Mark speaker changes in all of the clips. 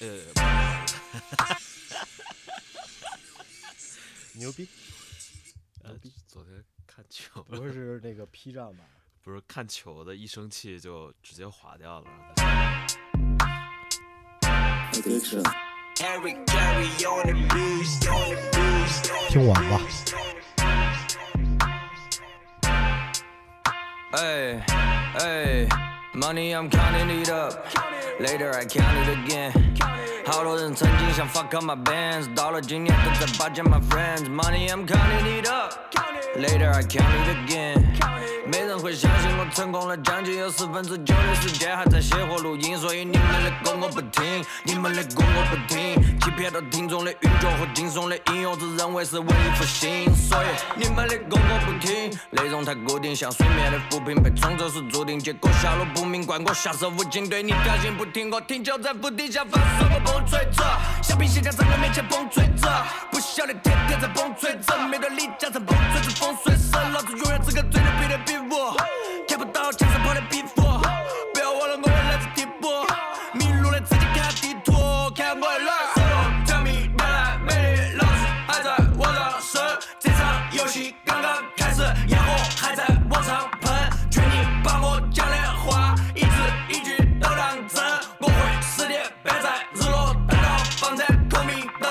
Speaker 1: 呃，
Speaker 2: 牛逼！
Speaker 1: 呃
Speaker 2: 牛逼
Speaker 1: 昨天看球，
Speaker 2: 不会是那个 P 站吧？
Speaker 1: 不是看球的，一生气就直接划掉了。
Speaker 2: 听完吧，
Speaker 3: Hey, hey, money I'm counting it up. Later I count it again. 好多人曾经想 fuck up my bands，到了今天都在巴结 my friends。Money I'm counting it up. Later I count it again. 没人会相信我成功了将近有四分之九的时间还在写或录音，所以你们的歌我不听，你们的歌我不听，欺骗了听众的韵脚和轻松的音乐自认为是文艺复兴，所以你们的歌我不听，内容太固定，像水面的浮萍被冲走是注定，结果下落不明，怪我下手无情，对你挑衅不听，我听就在不停下放手，我崩吹着，橡皮鞋架在我面前崩吹着，不晓得天天在崩吹着，没得李嘉诚崩吹着风水神，老子永远是个最牛逼的比武，看不到墙上跑的皮肤，不要忘了我原来是替补，迷路了自己看地图，看我的 loss。Tell me 原来美丽老师还在网上升，这场游戏刚刚开始，烟火还在往上喷，劝你把我讲的话一字一句都当真，我会十点半在日落大道放盏透明灯。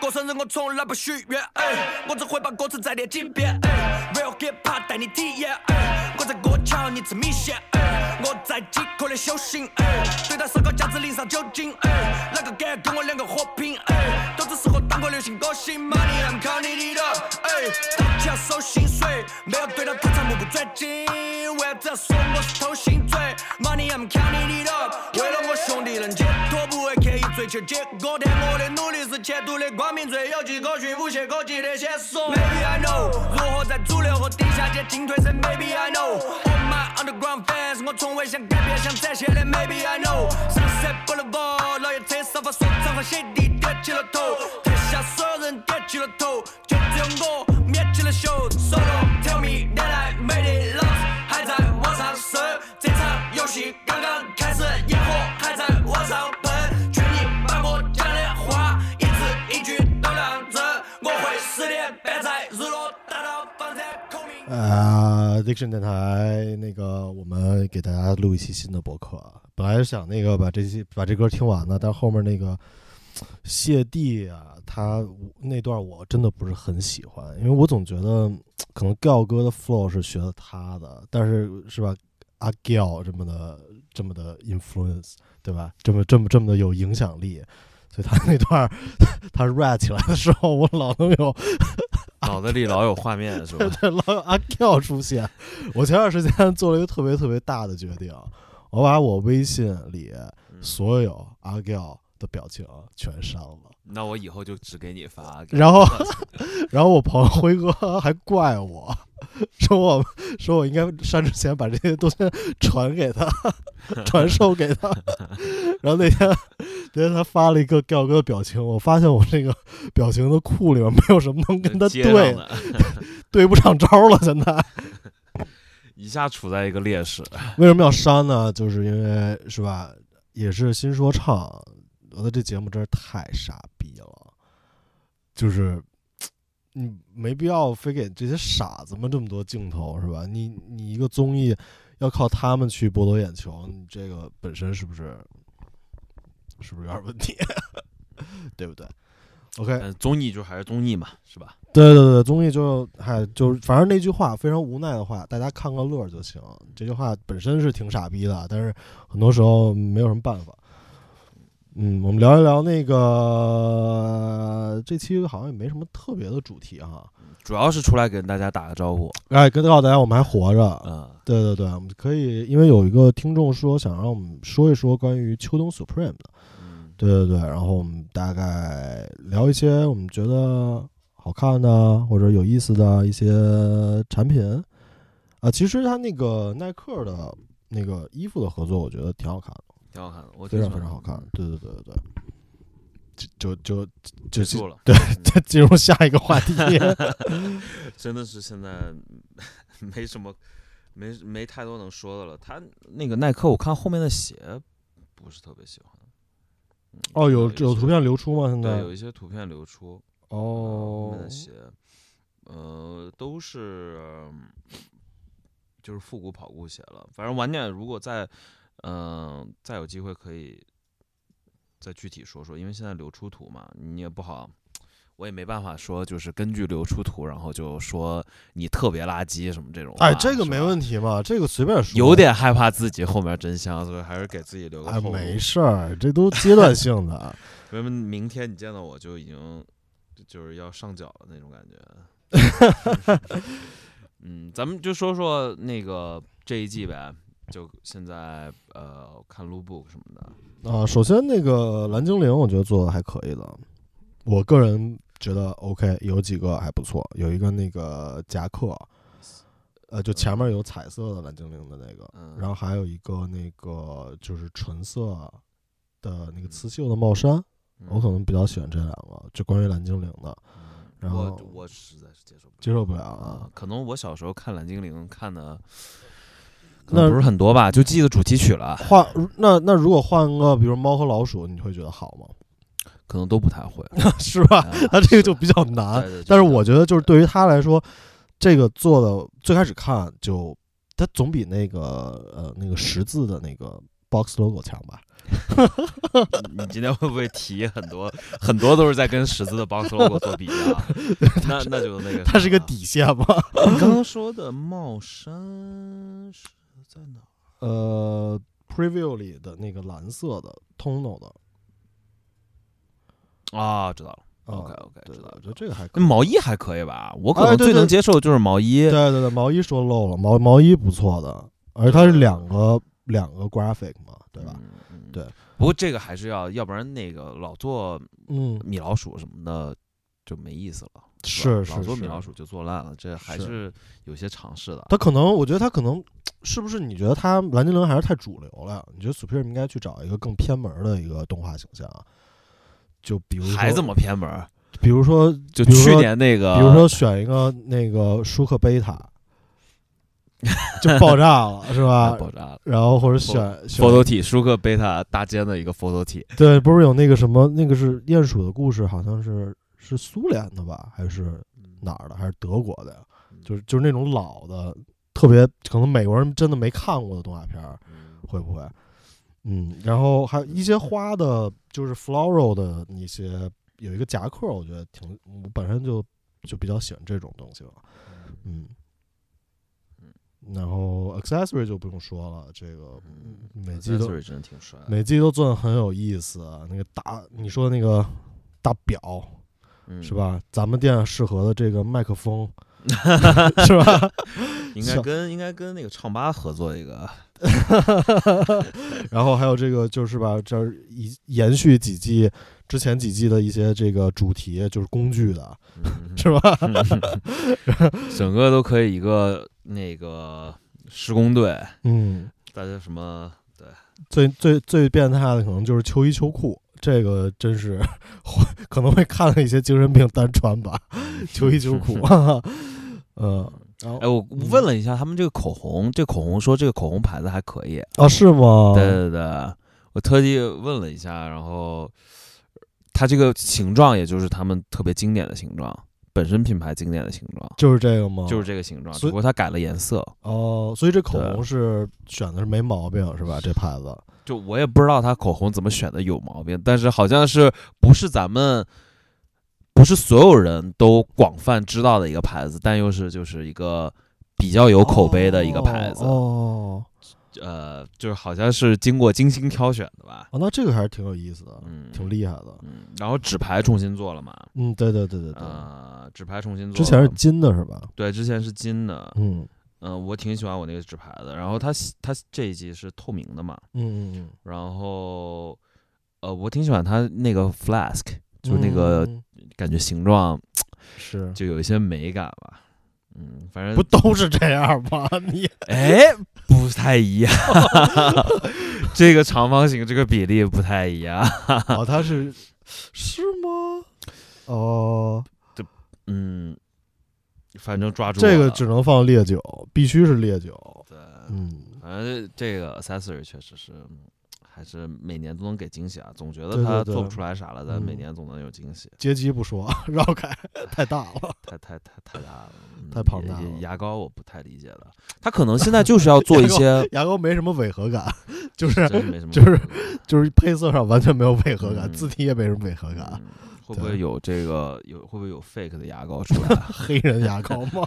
Speaker 3: 过生日我从来不许愿，哎，我只会把歌词再练几遍，哎，real hip hop 带你体验，哎，我在过桥你吃米线，哎，我在极客的修行，哎，对他手高价值淋上酒精，哎，哪个敢跟我两个火拼，哎，都只适合当个流行歌星，money I'm counting it up，哎，到钱收薪水，没有对他开场目不转睛，为啥说我是偷心罪？money I'm counting it up，为了我兄弟能解脱，不会刻意追求结果，但我的努力是前途的光明，最有迹可循，无懈可击的线索。Maybe I know 如何在主流和地下街进退神，Maybe I know all my underground fans，我从未想改变，想展现的，Maybe I know。Sunset Boulevard，老爷车沙发说唱和鞋底点起了头，台下所有人点起了头，就只有我免起了羞。Solo，Tell me that I made it，老子还在往上升，这场游戏刚刚开始，烟火还在往上喷，劝你把我讲的话一字一句都当真，我会十点半在日落大道放在空明。
Speaker 2: 呃，Diction 电台那个，我们给大家录一期新的博客。本来是想那个把这期把这歌听完的，但后面那个谢帝啊，他我那段我真的不是很喜欢，因为我总觉得可能 Giao 哥的 flow 是学的他的，但是是吧？阿 Giao 这么的这么的 influence，对吧？这么这么这么的有影响力，所以他那段儿 他 rap 起来的时候，我老能有
Speaker 1: 脑子里老有画面是吧？
Speaker 2: 对，老有阿 Q 出现。我前段时间做了一个特别特别大的决定，我把我微信里
Speaker 1: 嗯
Speaker 2: 所有阿 Q 的表情全删了。
Speaker 1: 那我以后就只给你发。
Speaker 2: 然后，然后我朋友辉哥还怪我，说我说我应该删之前把这些东西传 给他，传授给他。然后那天，那天他发了一个 Giao 哥的表情，我发现我这个表情的库里面没有什么能跟他
Speaker 1: 接上
Speaker 2: 对
Speaker 1: 了，
Speaker 2: 对不上招了，现在。
Speaker 1: 一下处在一个劣势。
Speaker 2: 为什么要删呢？就是因为是吧，也是新说唱，我的这节目真是太傻逼了，就是你没必要非给这些傻子们这么多镜头是吧？你你一个综艺要靠他们去博得眼球，你这个本身是不是是不是有点问题？ 对不对？OK，
Speaker 1: 但综艺就还是综艺嘛，是吧？
Speaker 2: 对对对，综艺就嗨，就是反正那句话非常无奈的话，大家看个乐儿就行。这句话本身是挺傻逼的，但是很多时候没有什么办法。嗯，我们聊一聊那个这期好像也没什么特别的主题哈。
Speaker 1: 主要是出来给大家打个招呼。
Speaker 2: 哎，跟告诉大家我们还活着。
Speaker 1: 嗯，
Speaker 2: 对对对，我们可以，因为有一个听众说想让我们说一说关于秋冬 Supreme 的。
Speaker 1: 嗯
Speaker 2: 对对对，然后我们大概聊一些我们觉得好看的或者有意思的一些产品啊。其实它那个耐克的那个衣服的合作，我觉得挺好看的，
Speaker 1: 挺好看的，我
Speaker 2: 非
Speaker 1: 挺
Speaker 2: 常
Speaker 1: 喜欢
Speaker 2: 非常好看
Speaker 1: 的。。
Speaker 2: 对对对对对，就就就就
Speaker 1: 结
Speaker 2: 进
Speaker 1: 束了， 嗯
Speaker 2: 对进入下一个 话题。
Speaker 1: 真的是现在没什么，没没太多能说的了。他那个耐克，我看后面的鞋不是特别喜欢。
Speaker 2: 哦，有
Speaker 1: 有些
Speaker 2: 有图片流出吗？现
Speaker 1: 对，
Speaker 2: 在
Speaker 1: 有一些图片流出，呃
Speaker 2: 哦
Speaker 1: 我们，写，呃，都是嗯就是复古跑酷写了。反正晚点如果再，嗯、再有机会可以再具体说说，因为现在流出图嘛，你也不好。我也没办法说，就是根据流出图，然后就说你特别垃圾什么这种话。
Speaker 2: 哎，这个没
Speaker 1: 题。
Speaker 2: 问题嘛，这个随便说，
Speaker 1: 有点害怕自己后面真香，所以还是给自己留个
Speaker 2: 哎，
Speaker 1: 后路。
Speaker 2: 没事儿，这都阶段性的。
Speaker 1: 为什么明天你见到我就已经就是要上脚了那种感觉？嗯，咱们就说说那个这一季呗，就现在呃看 l o o book 什么的，
Speaker 2: 啊，首先那个蓝精灵，我觉得做的还可以的，我个人觉得 OK，有几个还不错，有一个那个夹克，呃，就前面有彩色的蓝精灵的那个，
Speaker 1: 嗯，
Speaker 2: 然后还有一个那个就是纯色的那个刺绣的帽衫，我可能比较喜欢这两个，就关于蓝精灵的
Speaker 1: 嗯
Speaker 2: 然
Speaker 1: 我
Speaker 2: 后
Speaker 1: 我实在是接受不了
Speaker 2: 接受不了
Speaker 1: 啊
Speaker 2: 啊，，
Speaker 1: 可能我小时候看蓝精灵看的可能
Speaker 2: 那
Speaker 1: 不是很多吧，就记得主题曲了，
Speaker 2: 换那那如果换个比如猫和老鼠，你会觉得好吗？
Speaker 1: 可能都不太 会。
Speaker 2: 是吧？
Speaker 1: 啊
Speaker 2: 他这个
Speaker 1: 是
Speaker 2: 就比较难
Speaker 1: 对对。
Speaker 2: 但是
Speaker 1: 就是
Speaker 2: 我觉得，就是对于他来说，这个做的最开始看就，他总比那个呃那个十字的那个 box logo 强吧？
Speaker 1: 你今天会不会提很多 很多都是在跟十字的 box logo 做比 较？那那就那个，啊
Speaker 2: 它是个。底线 嘛？
Speaker 1: 你刚刚说的帽衫是在哪儿？
Speaker 2: 呃，preview 里的那个蓝色的 tonal 的
Speaker 1: 啊，知道了。
Speaker 2: 啊
Speaker 1: OK OK，
Speaker 2: 对
Speaker 1: 知道
Speaker 2: 我
Speaker 1: 了
Speaker 2: 觉。得这个还可
Speaker 1: 那
Speaker 2: 以。
Speaker 1: 毛衣还可以吧？我可
Speaker 2: 哎
Speaker 1: 能
Speaker 2: 对
Speaker 1: 最能
Speaker 2: 对
Speaker 1: 接受的就是毛衣
Speaker 2: 对。对对，毛衣说漏了，毛毛衣不错的，而且它是两个两个 graphic 嘛，对吧？
Speaker 1: 嗯？嗯
Speaker 2: 对。
Speaker 1: 不过这个还是要，要不然那个老做
Speaker 2: 嗯，
Speaker 1: 米老鼠什么的就没意思了。
Speaker 2: 是
Speaker 1: 吧老
Speaker 2: 是
Speaker 1: 做米
Speaker 2: 是
Speaker 1: 老鼠就做烂了，这还
Speaker 2: 是
Speaker 1: 是有些尝试的。
Speaker 2: 他可能，我觉得他可能是不是？你觉得他蓝精灵还是太主流了？你觉得 Supreme 应该去找一个更偏门的一个动画形象啊？就比如说，
Speaker 1: 还这么偏门儿？
Speaker 2: 比如说，
Speaker 1: 就
Speaker 2: 比如
Speaker 1: 去
Speaker 2: 说
Speaker 1: 年那个，
Speaker 2: 比如说选一个那个舒克贝塔，就爆炸了，是
Speaker 1: 啊
Speaker 2: 吧？
Speaker 1: 爆炸了。
Speaker 2: 然后或者选选
Speaker 1: photo 体舒克贝塔搭肩的一个 photo 体，
Speaker 2: 对，不是有那个什么，那个是鼹鼠的故事，好像是是苏联的吧，还是哪儿的，还是德国的呀？就是就是那种老的，特别可能美国人真的没看过的动画片儿，会不会？嗯，然后还有一些花的，就是 floral 的一些，有一个夹克，我觉得挺，我本身就就比较喜欢这种东西了。嗯，然后 accessory 就不用说了，这个
Speaker 1: 嗯
Speaker 2: 每季都
Speaker 1: Accessory 呃真的挺帅的，
Speaker 2: 每季都做的很有意思啊。那个大，你说的那个大表
Speaker 1: 嗯
Speaker 2: 是？吧？咱们店适合的这个麦 克风是吧？
Speaker 1: 应该
Speaker 2: 像
Speaker 1: 跟应该跟那个唱吧合作一个，
Speaker 2: 然后还有这个就是吧，这儿以延续几季之前几季的一些这个主题，就是工具的，
Speaker 1: 嗯
Speaker 2: 是吧？
Speaker 1: 整个都可以一个那个施工队，
Speaker 2: 嗯，
Speaker 1: 大家什么对，
Speaker 2: 最最最变态的可能就是秋衣秋裤，这个真是 会可能会看了一些精神病单穿吧，秋衣秋 裤，嗯，然后
Speaker 1: 哎，我问了一下他们这个口红，这口红说这个口红牌子还可以，
Speaker 2: 哦是吗？
Speaker 1: 对对对，我特地问了一下，然后它这个形状也就是他们特别经典的形状，本身品牌经典的形状。
Speaker 2: 就是这个吗？
Speaker 1: 就是这个形状，只
Speaker 2: 哦所以
Speaker 1: 不过它改了颜色。
Speaker 2: 哦，所以这口
Speaker 1: 对
Speaker 2: 红是选的是没毛病是吧？这牌子
Speaker 1: 就我也不知道它口红怎么选的有毛病，但是好像是不是咱们不是所有人都广泛知道的一个牌子，但又是就是一个比较有口碑的一个牌子，
Speaker 2: 哦，
Speaker 1: 呃，就是好像是经过精心挑选的吧
Speaker 2: 哦，哦那这个还是挺有意思的，
Speaker 1: 嗯，
Speaker 2: 挺厉害的。
Speaker 1: 嗯，然后纸牌重新做了嘛，
Speaker 2: 嗯，对对对对对，
Speaker 1: 呃，纸牌重新做
Speaker 2: 之
Speaker 1: 了，
Speaker 2: 前是金的是吧？
Speaker 1: 对，之前是金的，
Speaker 2: 嗯
Speaker 1: 嗯、我挺喜欢我那个纸牌的，然后它它这一季是透明的嘛，
Speaker 2: 嗯嗯，
Speaker 1: 然后呃，我挺喜欢它那个 flask，就是那个
Speaker 2: 嗯
Speaker 1: 感觉形状
Speaker 2: 是
Speaker 1: 就有一些美感吧。嗯，反正
Speaker 2: 不都是这样吗？ 你
Speaker 1: 哎，不太一 样，这个长方形这个比例不太一样。
Speaker 2: 哦，他是 是吗？哦，
Speaker 1: 嗯，反正抓住
Speaker 2: 这
Speaker 1: 我
Speaker 2: 个
Speaker 1: 了
Speaker 2: 只能放烈酒，必须是烈酒。
Speaker 1: 对，
Speaker 2: 嗯，
Speaker 1: 反正这个 accessory 确实是嗯还是每年都能给惊喜啊。总觉
Speaker 2: 对
Speaker 1: 得
Speaker 2: 对
Speaker 1: 他
Speaker 2: 对
Speaker 1: 做不出来啥了，但每
Speaker 2: 嗯
Speaker 1: 年总能有惊喜。
Speaker 2: 阶级不说，绕开太大了。
Speaker 1: 太太太嗯太大了，嗯
Speaker 2: 太庞
Speaker 1: 也
Speaker 2: 大
Speaker 1: 也
Speaker 2: 了
Speaker 1: 牙膏我不太理解了，他可能现在就是要做一 些，
Speaker 2: 牙膏没什么违和感，就是
Speaker 1: 真是没什么
Speaker 2: 就是
Speaker 1: 可说的
Speaker 2: 就是配色上完全没有违和感，
Speaker 1: 嗯
Speaker 2: 字体也没什么违和感。
Speaker 1: 嗯会不会
Speaker 2: 对
Speaker 1: 有这个有会不会有 fake 的牙膏出来？
Speaker 2: 黑人牙膏 吗？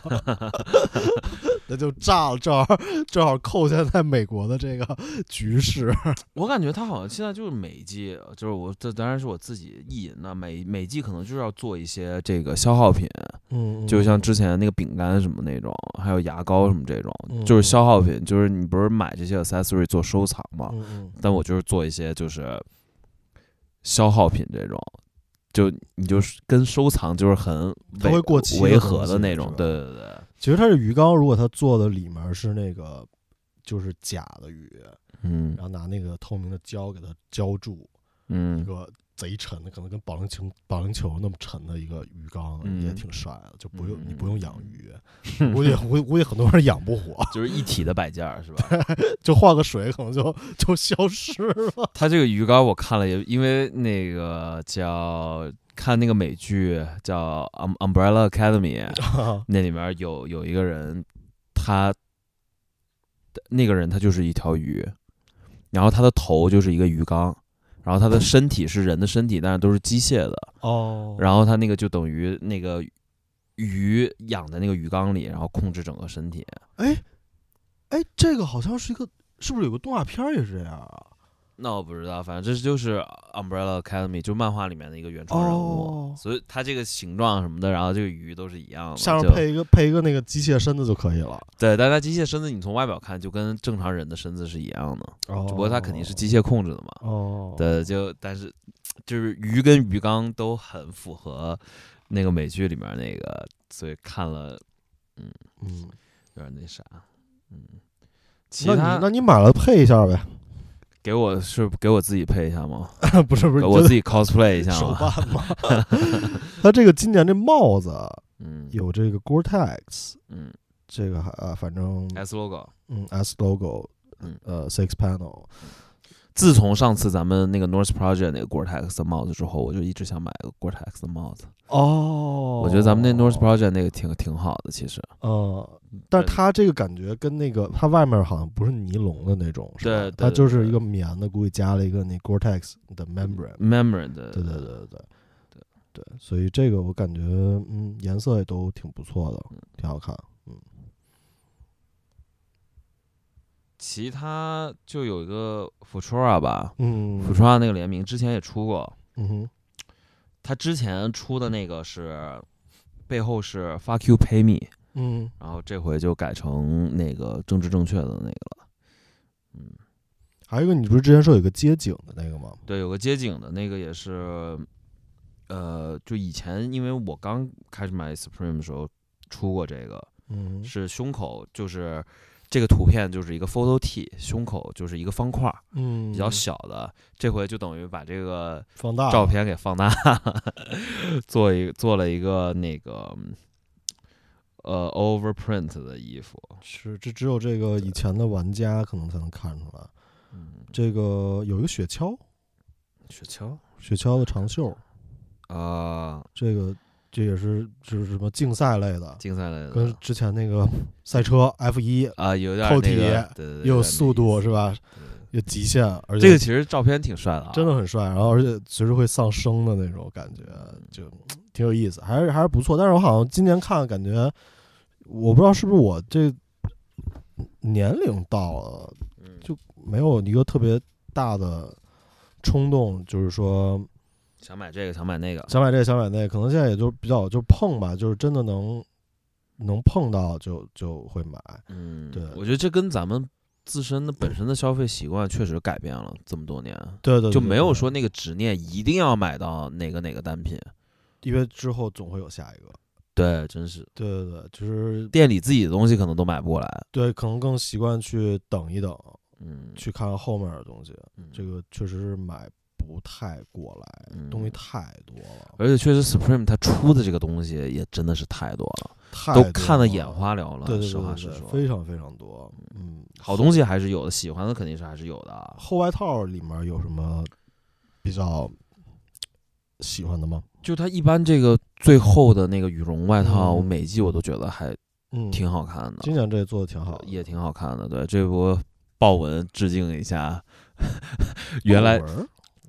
Speaker 2: 那就炸了，正好正好扣现在美国的这个局势。
Speaker 1: 我感觉他好像现在就是每一季，就是我这当然是我自己意淫的，每每季可能就是要做一些这个消耗品，
Speaker 2: 嗯
Speaker 1: 就像之前那个饼干什么那种，还有牙膏什么这种，
Speaker 2: 嗯
Speaker 1: 就是消耗品，就是你不是买这些 accessory 做收藏吗？
Speaker 2: 嗯嗯
Speaker 1: 但我就是做一些就是消耗品这种，就你就是跟收藏就是很
Speaker 2: 它
Speaker 1: 违
Speaker 2: 会过期的
Speaker 1: 违
Speaker 2: 东
Speaker 1: 和
Speaker 2: 西
Speaker 1: 的那
Speaker 2: 是
Speaker 1: 种
Speaker 2: 吧，
Speaker 1: 对对对，
Speaker 2: 其实它是鱼缸，如果它做的里面是那个就是假的鱼，
Speaker 1: 嗯
Speaker 2: 然后拿那个透明的胶给它胶住，一
Speaker 1: 嗯，
Speaker 2: 个贼沉的，可能跟保龄球保龄球那么沉的一个鱼缸，
Speaker 1: 嗯
Speaker 2: 也挺帅的，就不用
Speaker 1: 嗯
Speaker 2: 你不用养 鱼，估计估计估计很多人养不活，
Speaker 1: 就是一体的摆件儿是吧？
Speaker 2: 就换个水可能就就消失了。
Speaker 1: 它这个鱼竿我看了也，因为那个叫看那个美剧叫《Um- Umbrella Academy》，那 里面有有一个人，他那个人他就是一条鱼，然后他的头就是一个鱼缸，然后他的身体是人的身体，但是都是机械的，
Speaker 2: 哦
Speaker 1: 然后他那个就等于那个鱼养在那个鱼缸里，然后控制整个身体。
Speaker 2: 哎哎，这个好像是一个，是不是有个动画片儿也是这样啊？
Speaker 1: 那我不知道，反正这就是 Umbrella Academy，就漫画里面的一个原创人物，
Speaker 2: 哦
Speaker 1: 所以它这个形状什么的，然后这个鱼都是一样的。
Speaker 2: 下面
Speaker 1: 嗯就
Speaker 2: 配一个配一个那个机械身子就可以了。
Speaker 1: 对，但它机械身子，你从外表看就跟正常人的身子是一样的，
Speaker 2: 哦
Speaker 1: 只不过它肯定是机械控制的嘛。
Speaker 2: 哦，
Speaker 1: 对，就但是就是鱼跟鱼缸都很符合那个美剧里面那个，所以看了
Speaker 2: 嗯，
Speaker 1: 有点那啥，嗯。其
Speaker 2: 那你
Speaker 1: 他
Speaker 2: 那你买了配一下呗，
Speaker 1: 给我是给我自己配一下吗？
Speaker 2: 不是不
Speaker 1: 给
Speaker 2: 是，
Speaker 1: 我
Speaker 2: 就
Speaker 1: 自己 cosplay 一下
Speaker 2: 手
Speaker 1: 吗？
Speaker 2: 办嘛。 他这个今年这帽子
Speaker 1: 嗯
Speaker 2: 有这个 Gore-Tex，
Speaker 1: 嗯
Speaker 2: 这个还啊，反正
Speaker 1: ，S logo，
Speaker 2: 嗯 S logo，
Speaker 1: 嗯
Speaker 2: 呃 Six Panel，
Speaker 1: 自从上次咱们那个 North Project 那个 Gore-Tex 的帽子之后，我就一直想买个 Gore-Tex 的帽子。
Speaker 2: 哦
Speaker 1: 我觉得咱们那 North Project 那个挺挺好的，其实。
Speaker 2: 呃，
Speaker 1: 嗯
Speaker 2: 但是它这个感觉跟那个它外面好像不是尼龙的那种，是吧
Speaker 1: 对对
Speaker 2: 它就是
Speaker 1: 对嗯
Speaker 2: 一个棉的，估计加了一个那 Gore-Tex 的 membrane，
Speaker 1: Memory 的，
Speaker 2: 对对对对对对，所以这个我感觉嗯颜色也都挺不错的，挺好看，嗯
Speaker 1: 其他就有一个 Futura 吧
Speaker 2: 嗯
Speaker 1: ，Futura 那个联名之前也出过，
Speaker 2: 嗯哼
Speaker 1: 它之前出的那个是背后是 Fuck You Pay Me，
Speaker 2: 嗯，
Speaker 1: 然后这回就改成那个政治正确的那个了。嗯，
Speaker 2: 还有一个你不是之前说有个街景的那个吗？
Speaker 1: 对，有个街景的那个也是，呃，就以前因为我刚开始买 Supreme 的时候出过这个，
Speaker 2: 嗯
Speaker 1: 是胸口就是这个图片就是一个 photo T，胸口就是一个方块儿
Speaker 2: 嗯，啊
Speaker 1: 比较小的，这回就等于把这个
Speaker 2: 放大
Speaker 1: 照片给放大， 做一做了一个那个呃 overprint 的衣服，
Speaker 2: 是，这只有这个以前的玩家可能才能看出来。
Speaker 1: 嗯，
Speaker 2: 这个有一个雪橇，
Speaker 1: 雪橇
Speaker 2: 雪橇的长袖，
Speaker 1: 啊，
Speaker 2: 这个这也是就是什么竞赛类的，
Speaker 1: 竞赛类的
Speaker 2: 跟之前 那个赛车 F 一
Speaker 1: 啊、有点
Speaker 2: 扣
Speaker 1: 那个
Speaker 2: 题，
Speaker 1: 对对对，点
Speaker 2: 又有
Speaker 1: 那
Speaker 2: 速
Speaker 1: 意
Speaker 2: 度
Speaker 1: 思
Speaker 2: 是吧？有极限，而且
Speaker 1: 这个其实照片挺帅的啊，
Speaker 2: 真的很帅，然后而且随时会丧生的那种感觉，
Speaker 1: 嗯
Speaker 2: 就挺有意思，还是还是不错。但是我好像今年看感觉，我不知道是不是我这年龄到了，
Speaker 1: 嗯
Speaker 2: 就没有一个特别大的冲动，就是说
Speaker 1: 想买这个想买那个，
Speaker 2: 想买这个想买那个，可能现在也就比较就碰吧，就是真的能能碰到就就会买。
Speaker 1: 嗯，
Speaker 2: 对
Speaker 1: 我觉得这跟咱们自身的本身的消费习惯确实改变了这么多年，
Speaker 2: 对对对
Speaker 1: 就没有
Speaker 2: 对
Speaker 1: 说那个执念一定要买到哪个哪个单品。
Speaker 2: 因为之后总会有下一个。
Speaker 1: 对，真是
Speaker 2: 对对对，就是
Speaker 1: 店里自己的东西可能都买不过来。
Speaker 2: 对，可能更习惯去等一等，
Speaker 1: 嗯，
Speaker 2: 去看看后面的东西。
Speaker 1: 嗯
Speaker 2: 这，个确实是买不太过来，
Speaker 1: 嗯呃
Speaker 2: 东西太多了。
Speaker 1: 而且确实 Supreme 它出的这个东西也真的是太多了，
Speaker 2: 太
Speaker 1: 都
Speaker 2: 多
Speaker 1: 看得
Speaker 2: 了
Speaker 1: 眼花缭乱。
Speaker 2: 对对对
Speaker 1: 实话
Speaker 2: 对
Speaker 1: 实
Speaker 2: 对
Speaker 1: 说，
Speaker 2: 非常非常多。嗯，
Speaker 1: 好东西还是有的，喜欢的肯定是还是有的啊。
Speaker 2: 厚外套里面有什么比较喜欢的吗？
Speaker 1: 就它一般这个最厚的那个羽绒外套，
Speaker 2: 嗯
Speaker 1: 我每季我都觉得还
Speaker 2: 嗯，
Speaker 1: 挺好看的，
Speaker 2: 今年这做的挺好的，
Speaker 1: 也挺好看的。对，这波豹纹致敬一下，原来
Speaker 2: 豹纹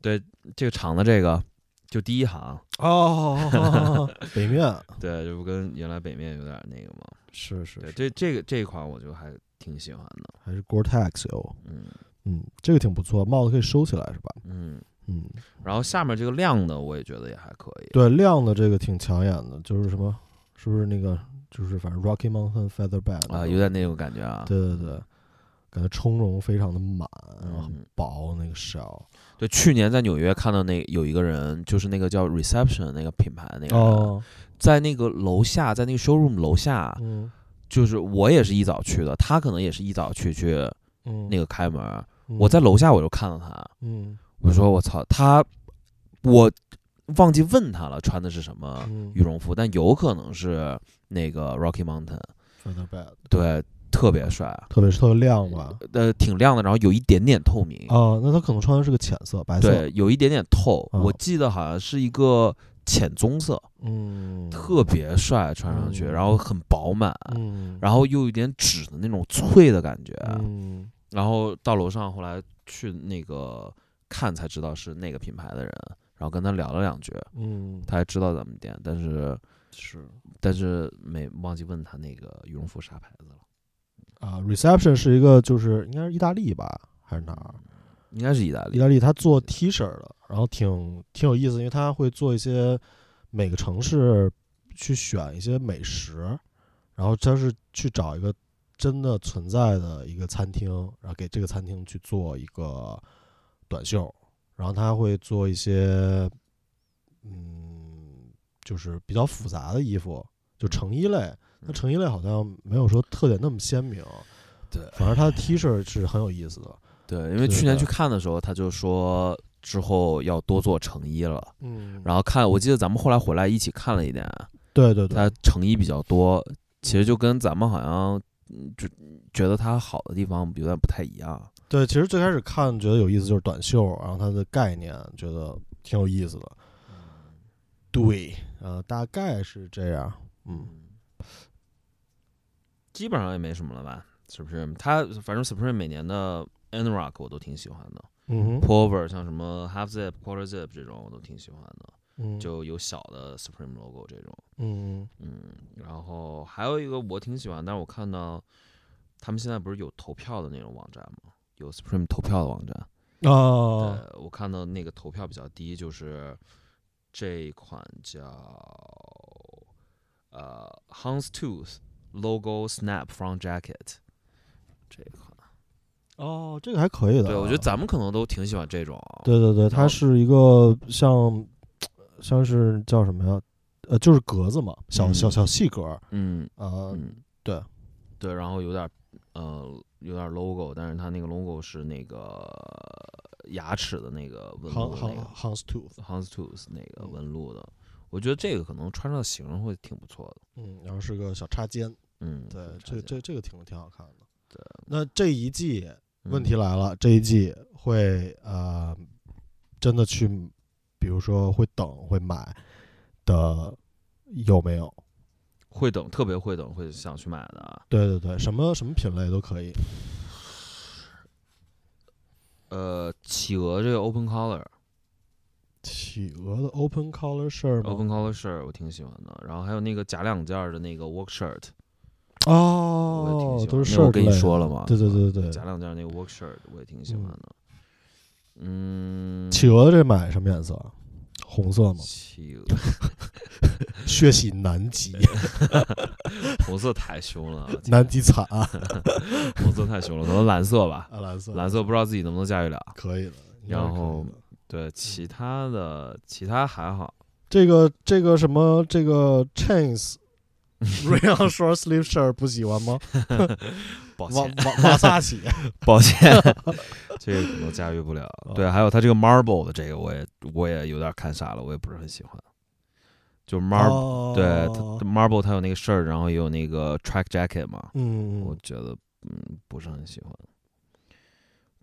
Speaker 2: 儿
Speaker 1: 这个厂的这个就第一行，
Speaker 2: 哦，北面
Speaker 1: 对，这不跟原来北面有点那个吗？
Speaker 2: 是是
Speaker 1: 对，
Speaker 2: 是，
Speaker 1: 这这个这一款我就还挺喜欢的，
Speaker 2: 还是 Gore-Tex 哟，
Speaker 1: 嗯
Speaker 2: 嗯，这个挺不错，帽子可以收起来是吧？
Speaker 1: 嗯。
Speaker 2: 嗯，
Speaker 1: 然后下面这个亮的，我也觉得也还可以。
Speaker 2: 对，亮的这个挺抢眼的，就是什么，是不是那个，就是反正 Rocky Mountain Feather Bed
Speaker 1: 啊，有点那种感觉啊。
Speaker 2: 对对对，感觉充绒非常的满，然后很
Speaker 1: 嗯
Speaker 2: 薄那个 shell，
Speaker 1: 对，去年在纽约看到那有一个人，就是那个叫 Reception 那个品牌那个人，
Speaker 2: 哦，
Speaker 1: 在那个楼下，在那个 showroom 楼下，
Speaker 2: 嗯
Speaker 1: 就是我也是一早去的，他可能也是一早去去
Speaker 2: 嗯，
Speaker 1: 那
Speaker 2: 个
Speaker 1: 个开门，我在楼下我就看到他，
Speaker 2: 嗯
Speaker 1: 我说我操，他我忘记问他了，穿的是什么
Speaker 2: 嗯
Speaker 1: 羽绒服，但有可能是那个 Rocky Mountain，
Speaker 2: feather bed，
Speaker 1: 对，特别帅，
Speaker 2: 特别是特别亮吧？
Speaker 1: 呃，挺亮的，然后有一点点透明，
Speaker 2: 哦，那他可能穿的是个浅色，白色，
Speaker 1: 嗯对，有一点点透，
Speaker 2: 嗯
Speaker 1: 我记得好像是一个浅棕色，
Speaker 2: 嗯，
Speaker 1: 特别帅，穿上去，
Speaker 2: 嗯
Speaker 1: 然后很饱满。
Speaker 2: 嗯，
Speaker 1: 然后又有点纸的那种脆的感觉，
Speaker 2: 嗯
Speaker 1: 然后到楼上，后来去那个看才知道是那个品牌的人，然后跟他聊了两句，
Speaker 2: 嗯，
Speaker 1: 他还知道咱们店，但是
Speaker 2: 是
Speaker 1: 但是没忘记问他那个羽绒服啥牌子了，
Speaker 2: 啊，reception 是一个就是应该是意大利吧，还是哪儿？
Speaker 1: 应该是意大
Speaker 2: 意
Speaker 1: 利。
Speaker 2: 大利他做 T 恤的，然后挺挺有意思，因为他会做一些每个城市去选一些美食，然后他是去找一个真的存在的一个餐厅，然后给这个餐厅去做一个短袖，然后他会做一些嗯，就是比较复杂的衣服，就成衣类。那成衣类好像没有说特点那么鲜明，
Speaker 1: 对
Speaker 2: 反正他的 T 恤是很有意思的。
Speaker 1: 对，因为
Speaker 2: 对
Speaker 1: 去年
Speaker 2: 的
Speaker 1: 去看的时候，他就说之后要多做成衣了，
Speaker 2: 嗯
Speaker 1: 然后看我记得咱们后来回来一起看了一点，
Speaker 2: 对对对，
Speaker 1: 他成衣比较多，其实就跟咱们好像嗯就觉得它好的地方有点不太一样。
Speaker 2: 对，其实最开始看觉得有意思就是短袖，然后它的概念觉得挺有意思的。嗯对，呃，大概是这样。嗯，
Speaker 1: 基本上也没什么了吧？Supreme，它反正 Supreme 每年的 Anorak 我都挺喜欢的
Speaker 2: 嗯哼，
Speaker 1: ，Pullover 像什么 Half Zip、Quarter Zip 这种我都挺喜欢的，
Speaker 2: 嗯
Speaker 1: 就有小的 Supreme logo 这种，
Speaker 2: 嗯
Speaker 1: 嗯，然后还有一个我挺喜欢，但是我看到他们现在不是有投票的那种网站吗？有 Supreme 投票的网站，
Speaker 2: 哦，
Speaker 1: 呃，我看到那个投票比较低，就是这一款叫呃 Hans Tooth Logo Snap Front Jacket 这一款，
Speaker 2: 哦，这个还可以的啊。
Speaker 1: 对我觉得咱们可能都挺喜欢这种，啊
Speaker 2: 对对对，它
Speaker 1: 后
Speaker 2: 是一个像像是叫什么呀？呃，就是格子嘛，小、
Speaker 1: 嗯
Speaker 2: 小小细格儿。
Speaker 1: 嗯
Speaker 2: 呃，
Speaker 1: 嗯，
Speaker 2: 对
Speaker 1: 对，然后有点呃有点 logo，但是它那个 logo 是那个牙齿的那个纹
Speaker 2: 行
Speaker 1: 路的
Speaker 2: 行
Speaker 1: 那个
Speaker 2: Hans Tooth，
Speaker 1: Hans Tooth 那个
Speaker 2: 嗯
Speaker 1: 纹路的，我觉得这个可能穿上型会挺不错的，
Speaker 2: 嗯，然后是个小插肩，
Speaker 1: 嗯，
Speaker 2: 对
Speaker 1: 挺，差
Speaker 2: 这
Speaker 1: 劲
Speaker 2: 这这个挺挺好看的。
Speaker 1: 对，
Speaker 2: 那这一季问
Speaker 1: 嗯
Speaker 2: 题来了，这一季会呃，真的去，比如说会等会买的有没有？
Speaker 1: 会等，特别会等，会想去买的啊。
Speaker 2: 对对对，什么什么品类都可以。
Speaker 1: 呃，企鹅这个 open collar，open
Speaker 2: 企鹅的 open collar shirt 吗？
Speaker 1: collar shirt 我挺喜欢的，然后还有那个假两件儿的那个 work shirt，我也挺
Speaker 2: 哦
Speaker 1: 喜，欢
Speaker 2: 都是
Speaker 1: 那我
Speaker 2: shirt
Speaker 1: 跟你
Speaker 2: 类的
Speaker 1: 说了嘛
Speaker 2: 对对对对
Speaker 1: 假
Speaker 2: 对，
Speaker 1: 两件儿那个 work shirt 我也挺喜欢的。嗯，
Speaker 2: 企鹅这买什么颜色？红色吗？
Speaker 1: 企鹅，
Speaker 2: 血洗南极，
Speaker 1: 红色太凶 了，我天
Speaker 2: 南极惨啊，
Speaker 1: 红色太凶了，可能蓝色吧，
Speaker 2: 啊蓝色，
Speaker 1: 蓝色不知道自己能不能驾驭了。
Speaker 2: 可以的。应该是
Speaker 1: 然
Speaker 2: 可以
Speaker 1: 后
Speaker 2: 的
Speaker 1: 对，其他的其他还好，
Speaker 2: 这个这个什么这个 Chains Real Short Sleeve Shirt 不喜欢吗？
Speaker 1: 抱
Speaker 2: 瓦
Speaker 1: 歉
Speaker 2: 瓦瓦 萨奇，
Speaker 1: 抱歉，这个可能驾驭不了。
Speaker 2: 哦
Speaker 1: 对，还有他这个 marble 的这个，我也我也有点看傻了，我也不是很喜欢。就 Marble，、
Speaker 2: 哦
Speaker 1: 对它，Marble 它有那个 shirt，然后也有那个 track jacket 嘛，
Speaker 2: 嗯，
Speaker 1: 我
Speaker 2: 嗯
Speaker 1: 觉得嗯不是很喜欢。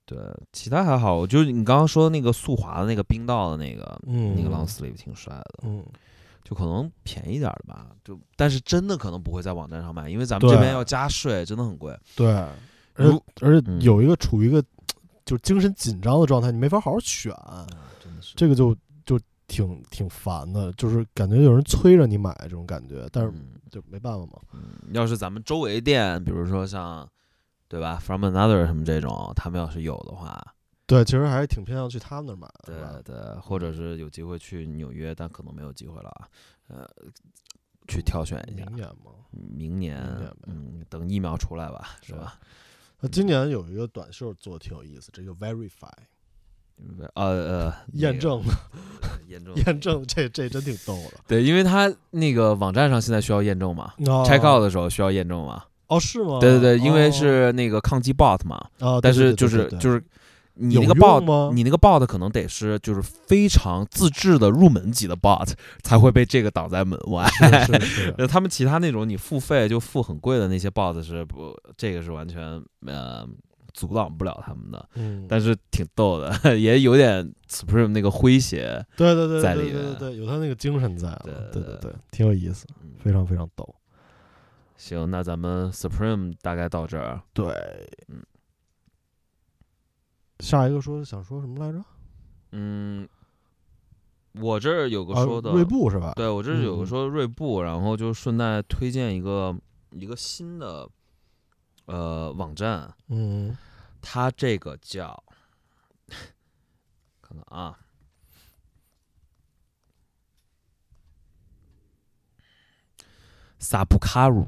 Speaker 1: 对，其他还好，我就是你刚刚说的那个速滑的那个冰道的那个、
Speaker 2: 嗯
Speaker 1: 那个 long sleeve 挺帅的，
Speaker 2: 嗯，
Speaker 1: 就可能便宜点儿吧，就但是真的可能不会在网站上买，因为咱们这
Speaker 2: 对
Speaker 1: 边要加税，真的很贵。
Speaker 2: 对，而且
Speaker 1: 如
Speaker 2: 而
Speaker 1: 嗯
Speaker 2: 且有一个处于一个就是精神紧张的状态，你没法好好选，
Speaker 1: 嗯真的是
Speaker 2: 这个就就挺挺烦的，就是感觉有人催着你买这种感觉，但是
Speaker 1: 嗯
Speaker 2: 就没办法嘛。
Speaker 1: 嗯要是咱们周围店，比如说像对吧，From Another 什么这种，他们要是有的话，
Speaker 2: 对，其实还是挺偏向去他们那儿买的，
Speaker 1: 对
Speaker 2: 是吧？
Speaker 1: 对，或者是有机会去纽约，但可能没有机会了啊。呃，去挑选一下，
Speaker 2: 明年嘛，
Speaker 1: 明年
Speaker 2: 明年呗，
Speaker 1: 嗯，等疫苗出来吧，是
Speaker 2: 对
Speaker 1: 吧？
Speaker 2: 那今年有一个短袖做的挺有意思，这个 verify
Speaker 1: 呃呃，那
Speaker 2: 验
Speaker 1: 个
Speaker 2: 证
Speaker 1: 呃验证
Speaker 2: 验证，这这真挺逗的。
Speaker 1: 对，因为他那个网站上现在需要验证嘛
Speaker 2: 哦
Speaker 1: ，check out 的时候需要验证嘛。
Speaker 2: 哦，是吗？
Speaker 1: 对对对，因为是那个抗击 bot 嘛，
Speaker 2: 哦，啊
Speaker 1: 但是就是
Speaker 2: 对对对对对
Speaker 1: 就是。你
Speaker 2: 有
Speaker 1: 那个
Speaker 2: 用
Speaker 1: bot，
Speaker 2: 吗
Speaker 1: 你那个 bot 可能得是就是非常自制的入门级的 bot 才会被这个挡在门外。
Speaker 2: 是是是
Speaker 1: 那他们其他那种你付费就付很贵的那些 bot 是不，这个是完全呃阻挡不了他们的，
Speaker 2: 嗯，
Speaker 1: 但是挺逗的， 也有点 Supreme 那个诙谐，
Speaker 2: 对对对
Speaker 1: 在
Speaker 2: 对
Speaker 1: 里
Speaker 2: 对对
Speaker 1: 面
Speaker 2: 对，有他那个精神在了，
Speaker 1: 对
Speaker 2: 对
Speaker 1: 对
Speaker 2: 对，挺有意思，
Speaker 1: 嗯
Speaker 2: 非常非常逗。
Speaker 1: 行，那咱们 Supreme 大概到这儿，
Speaker 2: 对，
Speaker 1: 嗯，
Speaker 2: 下一个说想说什么来着？
Speaker 1: 嗯，我这儿有个
Speaker 2: 啊
Speaker 1: 说的，
Speaker 2: 锐步是吧？
Speaker 1: 对我这儿有
Speaker 2: 嗯
Speaker 1: 个
Speaker 2: 嗯
Speaker 1: 说锐步，然后就顺带推荐一个一个新的呃网站，
Speaker 2: 嗯，
Speaker 1: 它这个叫，看看啊，萨布卡鲁，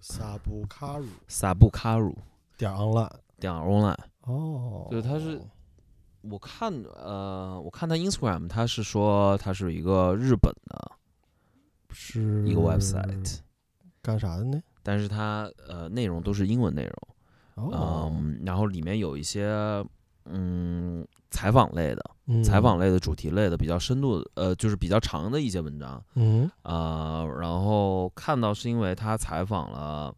Speaker 2: 萨布卡鲁
Speaker 1: 萨布卡鲁
Speaker 2: 点 online
Speaker 1: 点 online，
Speaker 2: 哦，
Speaker 1: 对它是我看呃，我看他 Instagram，他是说他是一个日本的
Speaker 2: 是
Speaker 1: 一个 website，
Speaker 2: 干啥的呢？
Speaker 1: 但是它呃内容都是英文内容，
Speaker 2: 哦，
Speaker 1: 嗯，然后里面有一些嗯采访类的、
Speaker 2: 嗯
Speaker 1: 采访类的主题类的比较深度的，呃，就是比较长的一些文章，
Speaker 2: 嗯
Speaker 1: 呃，然后看到是因为他采访了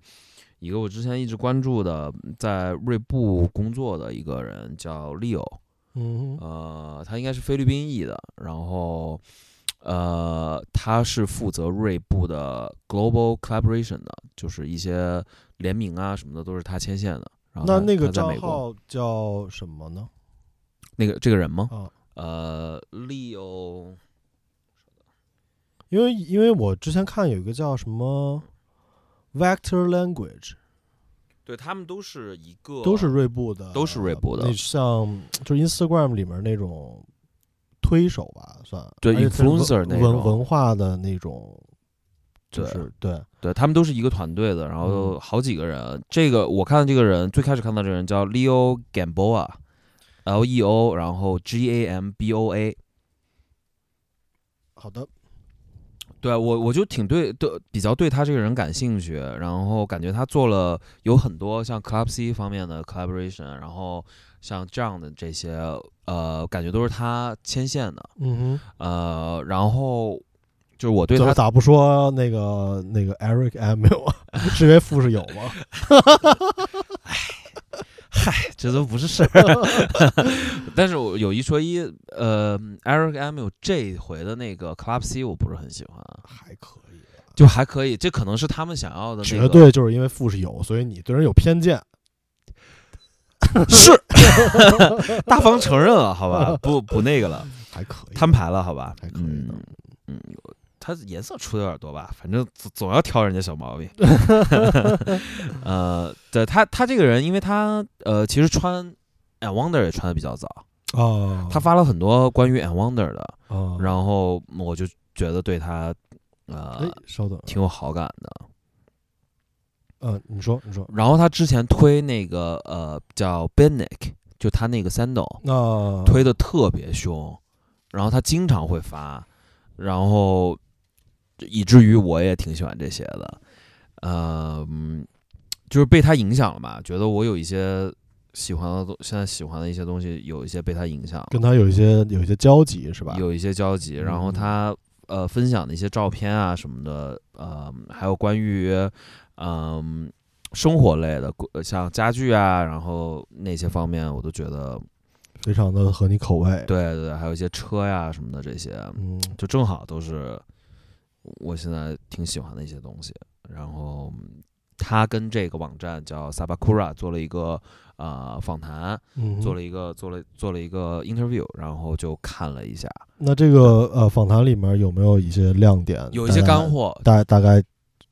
Speaker 1: 一个我之前一直关注的在锐步工作的一个人，叫 Leo，
Speaker 2: 嗯
Speaker 1: 呃，他应该是菲律宾裔的，然后呃，他是负责锐步的 global collaboration 的，就是一些联名啊什么的都是他牵线的。然后
Speaker 2: 那
Speaker 1: 他
Speaker 2: 那个
Speaker 1: 他在美
Speaker 2: 账
Speaker 1: 国
Speaker 2: 号叫什么呢？
Speaker 1: 那个这个人吗？
Speaker 2: 啊，
Speaker 1: 呃，Leo，
Speaker 2: 因为因为我之前看有一个叫什么 Vector Language，
Speaker 1: 对他们都是一个
Speaker 2: 都是锐步的，
Speaker 1: 都是锐步的
Speaker 2: 那像就是 Instagram 里面那种推手吧，算
Speaker 1: 对
Speaker 2: 而且它是
Speaker 1: influencer 那
Speaker 2: 文
Speaker 1: 种
Speaker 2: 文文化的那种，就
Speaker 1: 对
Speaker 2: 是对，
Speaker 1: 对他们都是一个团队的，然后
Speaker 2: 嗯
Speaker 1: 好几个人。这个我看到这个人，最开始看到这个人叫 Leo Gamboa，L E O，然后 G A M B O A。
Speaker 2: 好的，
Speaker 1: 对啊我我就挺对对比较对他这个人感兴趣，然后感觉他做了有很多像 Club C 方面的 collaboration，然后像这样的这些呃，感觉都是他牵线的，
Speaker 2: 嗯
Speaker 1: 呃，然后就是我对
Speaker 2: 哼，怎
Speaker 1: 他
Speaker 2: 么咋不说那个那个 Eric Emil 啊？是因为富士有吗？
Speaker 1: 这都不是 事儿，但是我有一说一，呃，Eric Emil 这回的那个 Club C 我不是很喜欢啊，
Speaker 2: 还可以啊，
Speaker 1: 就还可以，这可能是他们想要的那
Speaker 2: 绝
Speaker 1: 个，
Speaker 2: 对就是因为富士有，所以你对人有偏见。
Speaker 1: 是 大方承认了，好吧，不不那个了。
Speaker 2: 还可以，
Speaker 1: 摊牌了，好吧？
Speaker 2: 还可以的
Speaker 1: 嗯，嗯有它颜色出的有点多吧，反正总总要挑人家小毛 病。 呃，对他，他这个人，因为他呃，其实穿 And Wonder 也穿的比较早，
Speaker 2: 哦，
Speaker 1: 他发了很多关于 And Wonder 的，
Speaker 2: 哦，
Speaker 1: 然后我就觉得对他
Speaker 2: 哎
Speaker 1: 呃，
Speaker 2: 稍等，
Speaker 1: 挺有好感的。
Speaker 2: 嗯，你说，你说，
Speaker 1: 然后他之前推那个呃叫 Benick，就他那个 Sandal，
Speaker 2: 那
Speaker 1: 推的特别凶，然后他经常会发，然后以至于我也挺喜欢这些的，呃，嗯就是被他影响了吧，觉得我有一些喜欢的东，现在喜欢的一些东西有一些被他影响了，
Speaker 2: 跟他有一些有一些交集是吧？
Speaker 1: 有一些交集，然后
Speaker 2: 嗯
Speaker 1: 他呃分享的一些照片啊什么的，呃，还有关于嗯、生活类的，呃像家具啊，然后那些方面，我都觉得
Speaker 2: 非常的合你口味。，
Speaker 1: 对对，还有一些车呀、什么的这些，
Speaker 2: 嗯，
Speaker 1: 就正好都是我现在挺喜欢的一些东西。然后他跟这个网站叫 Sabakura 做了一个呃访谈，
Speaker 2: 嗯
Speaker 1: 做了一个做了做了一个 interview，然后就看了一下，
Speaker 2: 那这个呃访谈里面有没有一些亮点？
Speaker 1: 有一些
Speaker 2: 大家
Speaker 1: 干，货。
Speaker 2: 大大概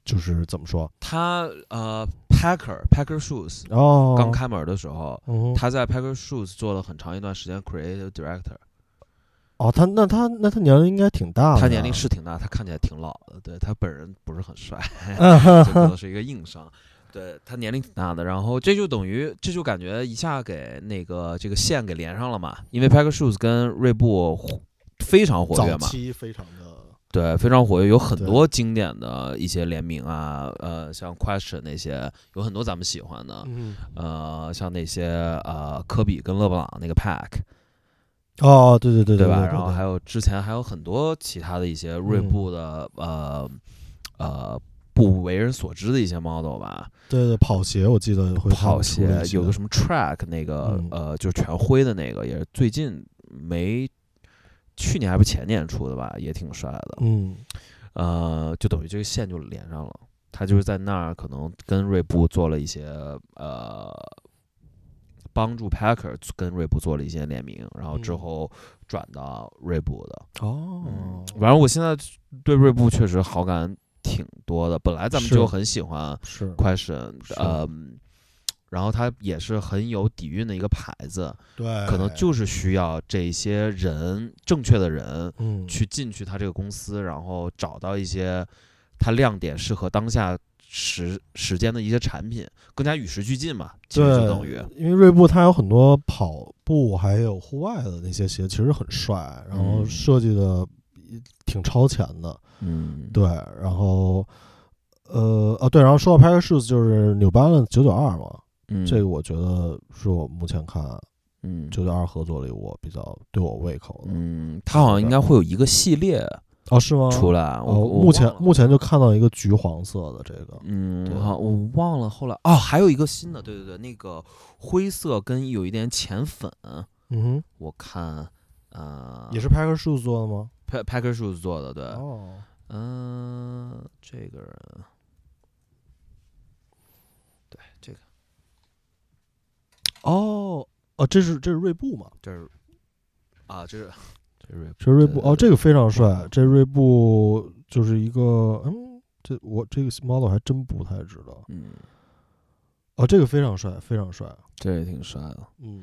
Speaker 2: 就是怎么说？
Speaker 1: 他呃 Packer Packer Shoes
Speaker 2: 哦，
Speaker 1: 刚，开门的时候，
Speaker 2: 嗯哼，
Speaker 1: 他在 Packer Shoes 做了很长一段时间 creative director，
Speaker 2: 哦，他那他那他年龄应该挺大的，
Speaker 1: 他 年龄是挺大，他看起来挺老的，对他本人不是很帅，
Speaker 2: 啊哈
Speaker 1: 就可
Speaker 2: 哈，
Speaker 1: 能是一个硬伤。对他年龄挺大的，然后这就等于这就感觉一下给那个这个线给连上了嘛，因为 Packer Shoes 跟锐步火非常活跃
Speaker 2: 早
Speaker 1: 嘛，啊
Speaker 2: 期非常的，
Speaker 1: 对，非常活跃，有很
Speaker 2: 对
Speaker 1: 多经典的一些联名啊，呃，像 Question 那些，有很多咱们喜欢的，
Speaker 2: 嗯，
Speaker 1: 呃，像那些呃科比跟勒布朗那个 Pack，
Speaker 2: 哦，对对对对
Speaker 1: 吧？
Speaker 2: 对
Speaker 1: 然后
Speaker 2: 对
Speaker 1: 还有之前还有很多其他的一些锐
Speaker 2: 嗯
Speaker 1: 步的、呃呃不为人所知的一些 model 吧，
Speaker 2: 对对跑鞋，我记得会
Speaker 1: 跑鞋有个
Speaker 2: 个
Speaker 1: 什么 Track 那个、
Speaker 2: 嗯
Speaker 1: 呃就是全灰的那个，也是最近没去年还不前年出的吧，也挺帅的，
Speaker 2: 嗯，
Speaker 1: 呃，就等于这个线就连上了。他就是在那儿可能跟锐步做了一些呃，帮助 Packer 跟锐步做了一些联名，然后之
Speaker 2: 嗯
Speaker 1: 后转到锐步的。嗯
Speaker 2: 哦，
Speaker 1: 反正我现在对锐步确实好感挺多的。本来咱们
Speaker 2: 是
Speaker 1: 就很喜欢
Speaker 2: 是
Speaker 1: Question，
Speaker 2: 是
Speaker 1: 呃，然后它也是很有底蕴的一个牌子，
Speaker 2: 对，
Speaker 1: 可能就是需要这些人正确的人
Speaker 2: 嗯
Speaker 1: 去进去他这个公司，然后找到一些他亮点适合当下时时间的一些产品，更加与时俱进嘛，其实就
Speaker 2: 对
Speaker 1: 等于
Speaker 2: 因为锐步它有很多跑步还有户外的那些鞋，其实很帅，然后
Speaker 1: 嗯
Speaker 2: 设计的挺超前的，
Speaker 1: 嗯，
Speaker 2: 对，然后呃啊对，然后说到 Pair Shoes 就是 New Balance 九九二嘛，
Speaker 1: 嗯，
Speaker 2: 这个我觉得是我目前看
Speaker 1: 嗯
Speaker 2: 九九二合作里我比较对我胃口的，
Speaker 1: 嗯，他好像应该会有一个系列
Speaker 2: 哦是吗？
Speaker 1: 出来，我
Speaker 2: 哦，
Speaker 1: 我
Speaker 2: 目前
Speaker 1: 忘了
Speaker 2: 目前就看到一个橘黄色的这个，
Speaker 1: 嗯，
Speaker 2: 对
Speaker 1: 我好，我忘了后来哦，还有一个新的，对对对，那个灰色跟有一点浅粉，
Speaker 2: 嗯
Speaker 1: 我看呃
Speaker 2: 哼，也是 Pair Shoes 做的吗？
Speaker 1: Pa- Packer Shoes 做的，对，
Speaker 2: 哦，
Speaker 1: 嗯、这个人，对这个，
Speaker 2: 哦哦，这是这是锐步嘛？
Speaker 1: 这是啊，这是这是
Speaker 2: 这是锐步哦，这
Speaker 1: 个
Speaker 2: 个非常帅，这锐步就是一个嗯，这我这个 model 还真不太知道
Speaker 1: 嗯，
Speaker 2: 哦，这个非常帅，非常帅，
Speaker 1: 这也挺帅的
Speaker 2: 嗯，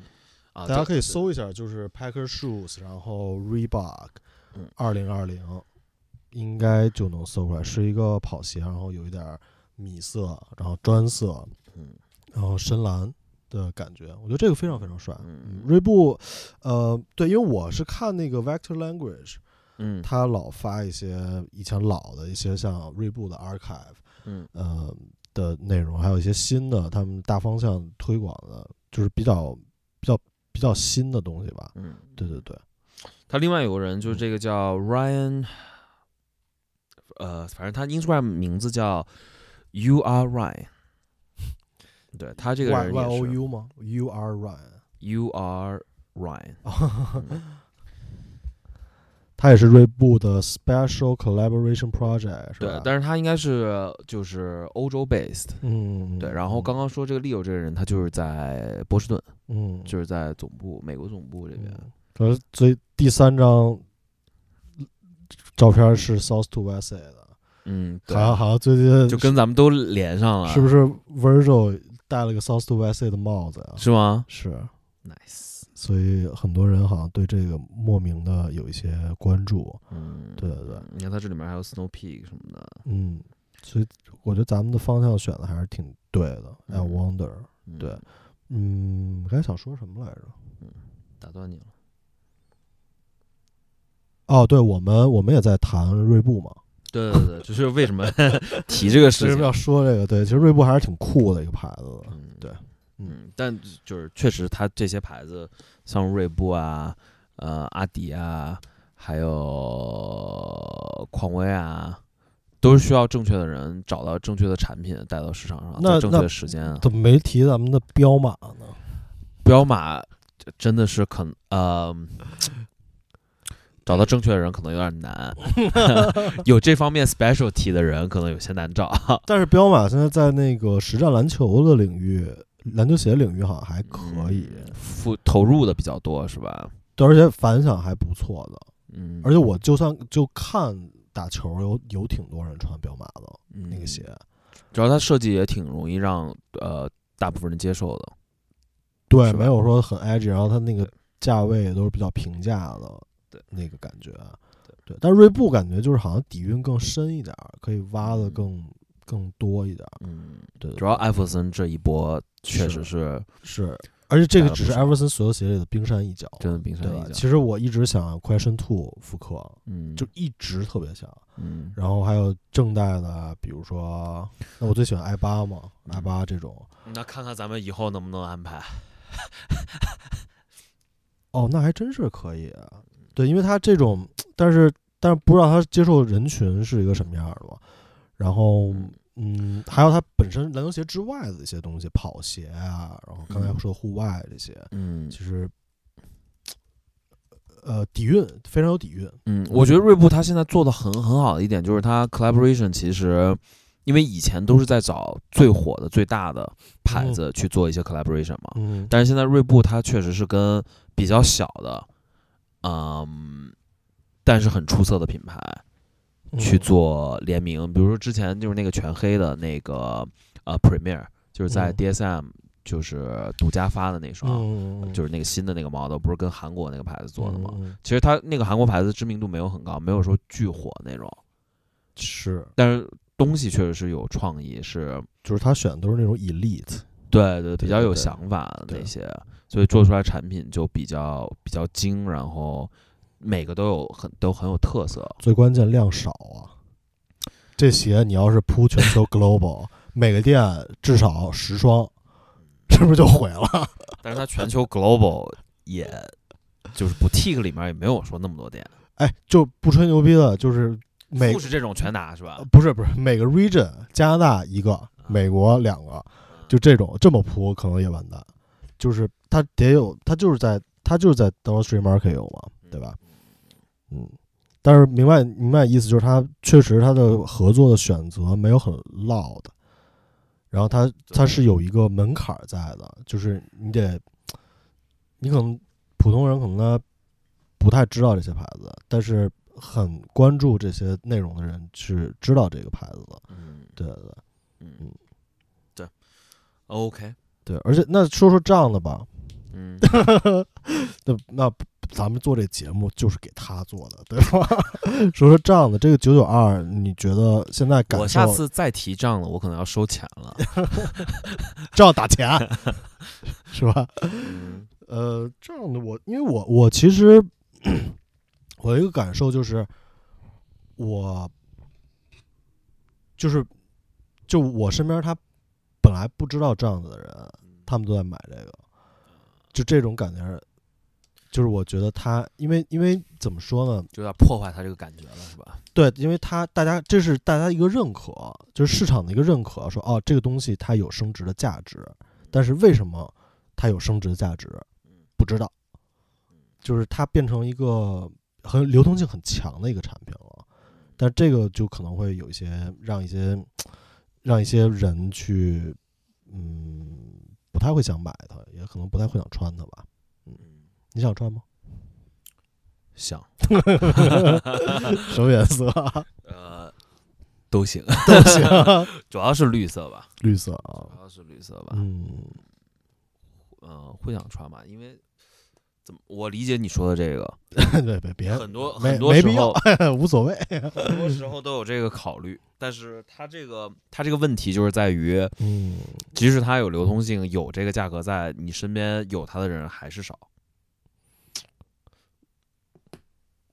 Speaker 1: 啊，
Speaker 2: 大家
Speaker 1: 这
Speaker 2: 可以
Speaker 1: 这
Speaker 2: 搜一下，就是 Packer Shoes，然后 Reebok
Speaker 1: 嗯
Speaker 2: 二零二零，应该就能搜出来，是一个跑鞋，然后有一点儿米色，然后砖色，
Speaker 1: 嗯
Speaker 2: 然后深蓝的感觉，我觉得这个非常非常帅。
Speaker 1: 嗯
Speaker 2: 锐步，呃，对，因为我是看那个 Vector Language，
Speaker 1: 嗯
Speaker 2: 他老发一些以前老的一些像锐步的 archive，
Speaker 1: 嗯
Speaker 2: 呃的内容，还有一些新的他们大方向推广的，就是比较比较比较新的东西吧。
Speaker 1: 嗯，
Speaker 2: 对对对，
Speaker 1: 他另外有个人就是
Speaker 2: 嗯
Speaker 1: 这个叫 Ryan，呃，反正他 Instagram 名字叫 You Are Ryan，对他这个
Speaker 2: y
Speaker 1: 人
Speaker 2: y
Speaker 1: 也
Speaker 2: o
Speaker 1: 是
Speaker 2: u 吗？You are Ryan，
Speaker 1: You Are Ryan，嗯
Speaker 2: 他也是锐步的 special collaboration project，是
Speaker 1: 对
Speaker 2: 吧？，
Speaker 1: 但是他应该是就是欧洲 based。
Speaker 2: 嗯，
Speaker 1: 对，然后刚刚说这个利友这个人，他就是在波士顿，
Speaker 2: 嗯
Speaker 1: 就是在总部美国总部这边。
Speaker 2: 嗯呃，所以第三张照片是 South to West 的，
Speaker 1: 嗯，对
Speaker 2: 好，像好像最近
Speaker 1: 就跟咱们都连上了，
Speaker 2: 是不是 Virgil 戴了个 South to West 的帽子啊？
Speaker 1: 是 吗
Speaker 2: 是，
Speaker 1: ？Nice，
Speaker 2: 所以很多人好像对这个莫名的有一些关注。
Speaker 1: 嗯，
Speaker 2: 对对对，
Speaker 1: 你看他这里面还有 Snow Peak 什么的，
Speaker 2: 嗯，所以我觉得咱们的方向选的还是挺对的。I
Speaker 1: 嗯
Speaker 2: wonder，
Speaker 1: 嗯
Speaker 2: 对，嗯，刚才想说什么来着？
Speaker 1: 打断你了，
Speaker 2: 哦，对，我们我们也在谈锐步嘛，
Speaker 1: 对对对，就是为什 么提这个
Speaker 2: 为
Speaker 1: 事
Speaker 2: 什么要
Speaker 1: 情，
Speaker 2: 说这个？对，其实锐步还是挺酷的一个牌子的。
Speaker 1: 嗯，
Speaker 2: 对，
Speaker 1: 嗯，但就是确实他这些牌子，像锐步啊，呃，阿迪啊，还有匡威啊，都是需要正确的人找到正确的产品带到市场上，
Speaker 2: 那
Speaker 1: 在正确
Speaker 2: 那
Speaker 1: 的时间啊。
Speaker 2: 怎么没提咱们的彪马呢？
Speaker 1: 彪马这真的是可能呃，找到正确的人可能有点 难， 有这方面 specialty 的人可能有些难找。
Speaker 2: 但是彪马现在在那个实战篮球的领域，篮球鞋领域好像还可以，
Speaker 1: 嗯付投入的比较多是吧？
Speaker 2: 对而且反响还不错的。
Speaker 1: 嗯，
Speaker 2: 而且我就算就看打球，有有挺多人穿彪马的那个
Speaker 1: 嗯
Speaker 2: 鞋。
Speaker 1: 主要它设计也挺容易让呃大部分人接受的。
Speaker 2: 对，
Speaker 1: 是吧
Speaker 2: 没有说很埃及，然后它那个价位也都是比较平价的，
Speaker 1: 对
Speaker 2: 那个感觉，啊对。但是锐步感觉就是好像底蕴更深一点儿，可以挖的
Speaker 1: 嗯
Speaker 2: 更更多一点儿，
Speaker 1: 嗯，
Speaker 2: 对，
Speaker 1: 主要艾弗森这一波确实是
Speaker 2: 是，而且这个
Speaker 1: 打得呃不
Speaker 2: 只是
Speaker 1: 少
Speaker 2: 艾弗森所有鞋里的冰山一角，
Speaker 1: 真的冰山
Speaker 2: 对吧
Speaker 1: 一？角。
Speaker 2: 其实我一直想 Question Two 复刻，
Speaker 1: 嗯，
Speaker 2: 就一直特别想，
Speaker 1: 嗯
Speaker 2: 然后还有正代的，比如说，那我最喜欢 i 八嘛
Speaker 1: 嗯
Speaker 2: ，i 八这种，
Speaker 1: 那看看咱们以后能不能安排。
Speaker 2: 哦，那还真是可以啊，对，因为他这种，但是但是不知道他接受人群是一个什么样的嘛。然后，嗯，还有他本身篮球鞋之外的一些东西，跑鞋啊，然后刚才
Speaker 1: 嗯
Speaker 2: 说户外这些，
Speaker 1: 嗯
Speaker 2: 其实，呃，底蕴非常有底蕴，
Speaker 1: 嗯，我觉得锐步它现在做的很很好的一点就是它 collaboration 其实。因为以前都是在找最火的、最大的牌子去做一些 collaboration 嘛，
Speaker 2: 嗯，
Speaker 1: 但是现在锐步它确实是跟比较小的，嗯，但是很出色的品牌
Speaker 2: 嗯
Speaker 1: 去做联名，比如说之前就是那个全黑的那个呃 Premier，就是在
Speaker 2: 嗯
Speaker 1: DSM 就是独家发的那双，
Speaker 2: 嗯，嗯，
Speaker 1: 就是是那个新的那个 model，不是跟韩国那个牌子做的吗？其实它那个韩国牌子知名度没有很高，没有说巨火那种，
Speaker 2: 是，
Speaker 1: 但是东西确实是有创意，是
Speaker 2: 就是他选的都是那种
Speaker 1: 嗯
Speaker 2: elite，
Speaker 1: 对对比较
Speaker 2: 对
Speaker 1: 有
Speaker 2: 对
Speaker 1: 想法的
Speaker 2: 对
Speaker 1: 那些，所以做出来产品就比较比较精，然后每个都有很都很有特色。
Speaker 2: 最关键量少啊。这鞋你要是铺全球 global，每 个店至少十双，是不是就毁了？
Speaker 1: 但是它全球 global 也就是 boutique 里面也没有说那么多店，
Speaker 2: 哎，就不吹牛逼的，就是每
Speaker 1: 富士这种全拿是吧
Speaker 2: 呃？不是不是每个 region，加拿大一个，
Speaker 1: 嗯
Speaker 2: 美国两个，就这种这么铺可能也完蛋。就是它得有，它就是在它就是在 Dollar Street Market 有嘛，对吧？嗯，但是明白明白意思就是它确实它的合作的选择没有很 loud，然后它它是有一个门槛儿在的，就是你得，你可能普通人可能他不太知道这些牌子，但是很关注这些内容的人是知道这个牌子的，
Speaker 1: 嗯
Speaker 2: 对对对
Speaker 1: 嗯，对，OK，
Speaker 2: 对，而且那说说这样的吧，
Speaker 1: 嗯，
Speaker 2: 那那咱们做这节目就是给他做的，对吧？ 说说这样的，这个九九二，你觉得现在感受
Speaker 1: 我下次再提账了，我可能要收钱 了。
Speaker 2: 这样打钱 是吧？
Speaker 1: 嗯
Speaker 2: 呃，这样的我，因为我我其实我有一个感受就是，我就是就我身边他本来不知道这样子的人，他们都在买这个，就这种感觉，就是我觉得他，因为因为怎么说呢？
Speaker 1: 就有点破坏他这个感觉了，是吧？
Speaker 2: 对，因为他大家这是大家一个认可，就是市场的一个认可，说哦，这个东西它有升值的价值，但是为什么它有升值的价值，不知道，就是它变成一个很流通性很强的一个产品了，但这个就可能会有一些让一些让一些人去，嗯，不太会想买它，也可能不太会想穿它吧。
Speaker 1: 嗯，
Speaker 2: 你想穿吗？
Speaker 1: 想，
Speaker 2: 什么颜色啊？
Speaker 1: 呃，都 行，
Speaker 2: 都行啊，
Speaker 1: 主要是绿色吧，
Speaker 2: 绿色啊
Speaker 1: 主，要是绿色吧，
Speaker 2: 嗯。
Speaker 1: 嗯，会想穿吧，因为怎么我理解你说的这个，
Speaker 2: 对，别别，
Speaker 1: 很多
Speaker 2: 没
Speaker 1: 很多
Speaker 2: 没
Speaker 1: 时
Speaker 2: 必要
Speaker 1: 候
Speaker 2: 无所谓。
Speaker 1: 很多时候都有这个考虑，但是它这个它这个问题就是在于，
Speaker 2: 嗯，
Speaker 1: 即使它有流通性，有这个价格在，你身边有它的人还是少。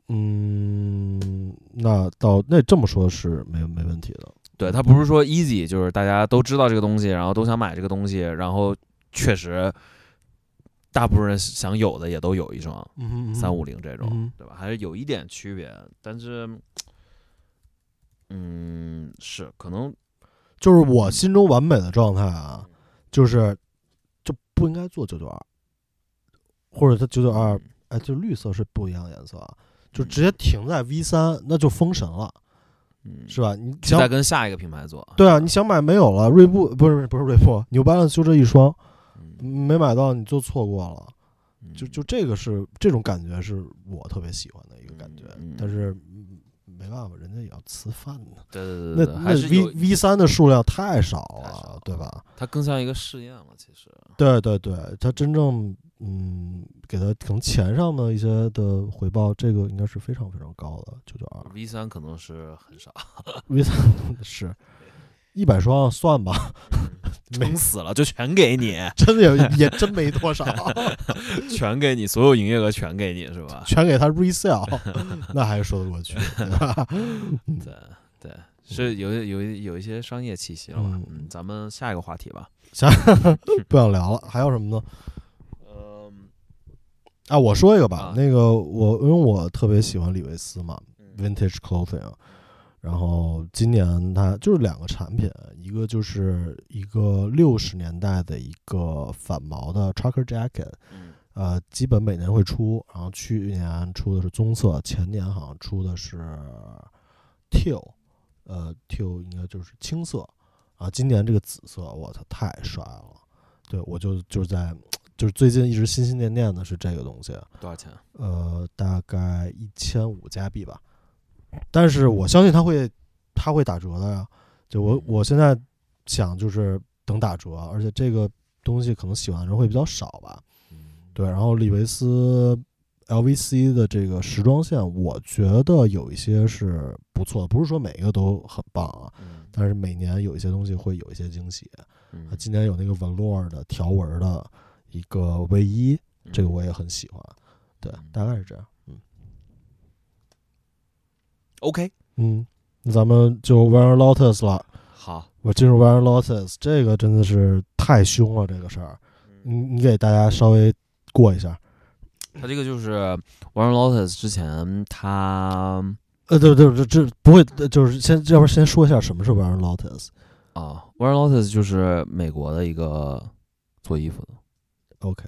Speaker 2: 嗯，那到那这么说是没没问题的。
Speaker 1: 对，它不是说 easy，就是大家都知道这个东西，然后都想买这个东西，然后确实大部分人想有的也都有一双
Speaker 2: 嗯
Speaker 1: 三五零这种，
Speaker 2: 嗯
Speaker 1: 对吧？还是有一点区别，但是嗯，是可能
Speaker 2: 就是我心中完美的状态啊，就是就不应该做九九二，或者它九九
Speaker 1: 嗯
Speaker 2: 二，哎，就绿色是不一样的颜色啊，就直接停在 V 三，那就封神了，
Speaker 1: 嗯
Speaker 2: 是吧？你
Speaker 1: 就
Speaker 2: 想
Speaker 1: 再跟下一个品牌做，
Speaker 2: 对啊，你想买没有了，锐步不是不是锐步，New Balance 就这一双，
Speaker 1: 嗯，
Speaker 2: 没买到你就错过了。就
Speaker 1: 嗯
Speaker 2: 就这个是这种感觉是我特别喜欢的一个感觉，
Speaker 1: 嗯嗯
Speaker 2: 但是嗯没办法，人家也要吃饭呢。
Speaker 1: 对对
Speaker 2: 那
Speaker 1: 对对，
Speaker 2: 那
Speaker 1: 还是
Speaker 2: V
Speaker 1: 有
Speaker 2: V 三的数量太少
Speaker 1: 太少
Speaker 2: 了
Speaker 1: 了，啊
Speaker 2: 对吧？
Speaker 1: 它更像一个试验了，其实，
Speaker 2: 对对对，它真正嗯，给它可能钱上的一些的回报，这个应该是非常非常高的，九九二
Speaker 1: V 三可能是很少，
Speaker 2: V 三是一百双算吧，没
Speaker 1: 撑死了就全给你，
Speaker 2: 真的也也真没多少，
Speaker 1: 全给你，所有营业额全给你是吧？
Speaker 2: 全给它 resell，那还是说得过去，对吧？
Speaker 1: 对对，是有一有一有一些商业气息了吧
Speaker 2: 嗯？
Speaker 1: 嗯，咱们下一个话题吧。
Speaker 2: 不想聊了，还有什么呢？
Speaker 1: 嗯
Speaker 2: 啊，我说一个吧，
Speaker 1: 啊
Speaker 2: 那个我因为我特别喜欢李维斯嘛
Speaker 1: 嗯
Speaker 2: ，Vintage Clothing，然后今年它就是两个产品，一个就是一个六十年代的一个反毛的 Trucker Jacket，
Speaker 1: 嗯
Speaker 2: 呃，基本每年会出，然后去年出的是棕色，前年好像出的是 teal，呃，teal 应该就是青色，啊，今年这个紫色，我操，太帅了！对我就就是在就是最近一直心心念念的是这个东西，
Speaker 1: 多少钱？啊
Speaker 2: 呃，大概一千五加币吧，但是我相信它会它会打折的呀。就我我现在想就是等打折，而且这个东西可能喜欢的人会比较少吧，对，然后李维斯 LVC 的这个时装线，我觉得有一些是不错的，不是说每一个都很棒啊，
Speaker 1: 嗯
Speaker 2: 但是每年有一些东西会有一些惊喜。啊，
Speaker 1: 嗯，
Speaker 2: 今年有那个 Velour 的条纹的一个卫衣，
Speaker 1: 嗯
Speaker 2: 这个我也很喜欢。对，大概是这样。嗯
Speaker 1: OK
Speaker 2: 嗯，那咱们就 w e r Lotus 了。
Speaker 1: 好。
Speaker 2: 我进入 w e r Lotus，这个真的是太凶了，这个事儿。你
Speaker 1: 嗯
Speaker 2: 你给大家稍微过一下。
Speaker 1: 他这个就是 Warren Lotus 之前他
Speaker 2: 呃，对对对，这不会，呃就是先，要不然先说一下什么是 w e r Lotus。
Speaker 1: 啊，Warren Lotus 就是美国的一个做衣服的。
Speaker 2: OK，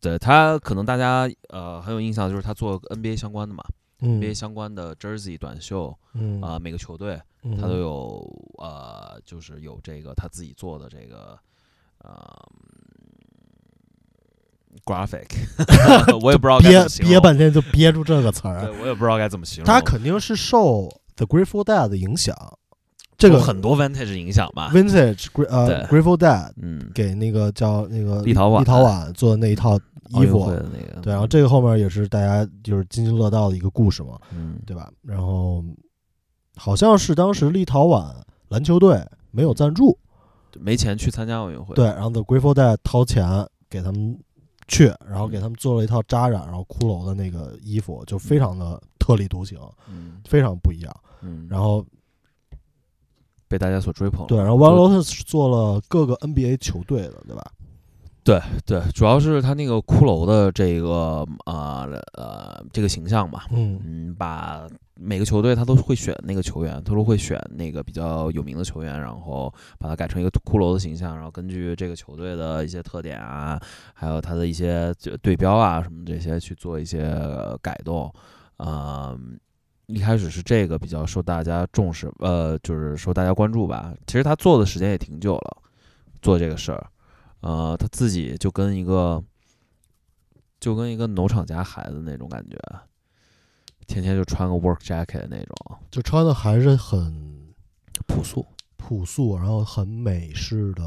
Speaker 1: 对他可能大家呃很有印象，就是他做 NBA 相关的嘛、
Speaker 2: 嗯
Speaker 1: n b a 相关的 jersey 短袖
Speaker 2: 嗯
Speaker 1: 啊、，每个球队
Speaker 2: 嗯
Speaker 1: 他都有呃，就是有这个他自己做的这个呃嗯 graphic，我 也不知道该怎
Speaker 2: 憋
Speaker 1: 么形
Speaker 2: 憋
Speaker 1: 容，
Speaker 2: 半天就憋住这个词
Speaker 1: 对
Speaker 2: 儿，啊
Speaker 1: 我也不知道该怎么形容。
Speaker 2: 他肯定是受 The Grateful Dead 的影响，这个
Speaker 1: 受很多 vintage 影响吧，
Speaker 2: vintage Gra- 呃
Speaker 1: 对
Speaker 2: Grateful Dead
Speaker 1: 嗯，
Speaker 2: 给那个叫那个
Speaker 1: 立陶宛
Speaker 2: 立陶宛做的那一套
Speaker 1: 奥
Speaker 2: 衣
Speaker 1: 运
Speaker 2: 服
Speaker 1: 会，的那个，
Speaker 2: 对，然后这个后面也是大家就是津津乐道的一个故事嘛，
Speaker 1: 嗯，
Speaker 2: 对吧？然后好像是当时立陶宛篮球队没有赞助，
Speaker 1: 没钱去参加奥运会，
Speaker 2: 对，，然后 The Grateful Dead 掏钱给他们去，然后给他们做了一套扎染，然后骷髅的那个衣服，就非常的特立独行，
Speaker 1: 嗯
Speaker 2: 非常不一样。
Speaker 1: 嗯，
Speaker 2: 然后
Speaker 1: 被大家所追捧了，
Speaker 2: 对，然后 One Lotus 是做了各个 NBA 球队的，对吧？
Speaker 1: 对，主要是他那个骷髅的这个呃呃这个形象嘛，
Speaker 2: 嗯
Speaker 1: 嗯，把每个球队他都会选那个球员，他都会选那个比较有名的球员，然后把它改成一个骷髅的形象，然后根据这个球队的一些特点啊，还有他的一些就对标啊什么这些去做一些呃改动，嗯。一开始是这个比较受大家重视，呃，就是受大家关注吧。其实他做的时间也挺久了，做这个事儿，呃，他自己就跟一个就跟一个农场家孩子那种感觉，天天就穿个 work jacket 那种，
Speaker 2: 就穿的还是很
Speaker 1: 朴素，
Speaker 2: 朴素，然后很美式的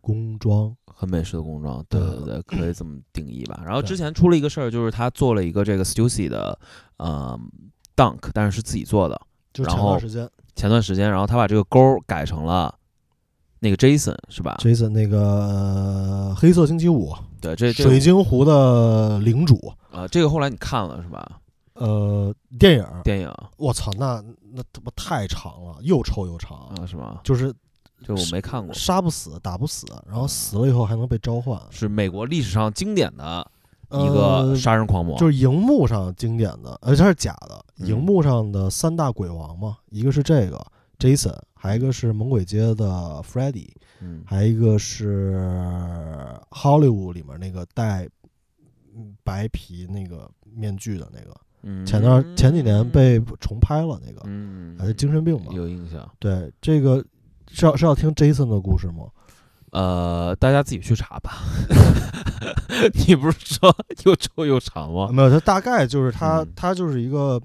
Speaker 2: 工装。
Speaker 1: 很美式的工装，对
Speaker 2: 嗯
Speaker 1: 对对，可以这么定义吧。然后
Speaker 2: 对
Speaker 1: 之前出了一个事儿，就是他做了一个这个 Stussy 的，呃，dunk，但是是自己做的。
Speaker 2: 就是
Speaker 1: 然
Speaker 2: 前段
Speaker 1: 后
Speaker 2: 时间
Speaker 1: 前段时间，然后他把这个勾儿改成了那个 Jason 是吧？
Speaker 2: Jason 那个呃黑色星期五，
Speaker 1: 对，这这
Speaker 2: 水
Speaker 1: 个
Speaker 2: 晶湖的领主，
Speaker 1: 啊，这个后来你看了是吧？
Speaker 2: 呃，电影，
Speaker 1: 电影啊
Speaker 2: 我操，那那他妈太长了，又臭又长，
Speaker 1: 是吗？
Speaker 2: 就是
Speaker 1: 这我没看过，
Speaker 2: 杀不死，打不死，然后死了以后还能被召唤。
Speaker 1: 是美国历史上经典的一个
Speaker 2: 呃
Speaker 1: 杀人狂魔，
Speaker 2: 就是荧幕上经典的，而且它是假的。
Speaker 1: 嗯
Speaker 2: 荧幕上的三大鬼王嘛，一个是这个 Jason，还有一个是猛鬼街的 Freddy，
Speaker 1: 嗯
Speaker 2: 还有一个是 Hollywood 里面那个戴嗯白皮那个面具的那个，
Speaker 1: 嗯
Speaker 2: 前段前几年被重拍了那个，
Speaker 1: 嗯
Speaker 2: 还是精神病吧？
Speaker 1: 有印象，
Speaker 2: 对，这个是要是要听 Jason 的故事吗？
Speaker 1: 呃，大家自己去查吧。 你不是说又臭又长吗？
Speaker 2: 没有，他大概就是他
Speaker 1: 嗯，
Speaker 2: 他就是一个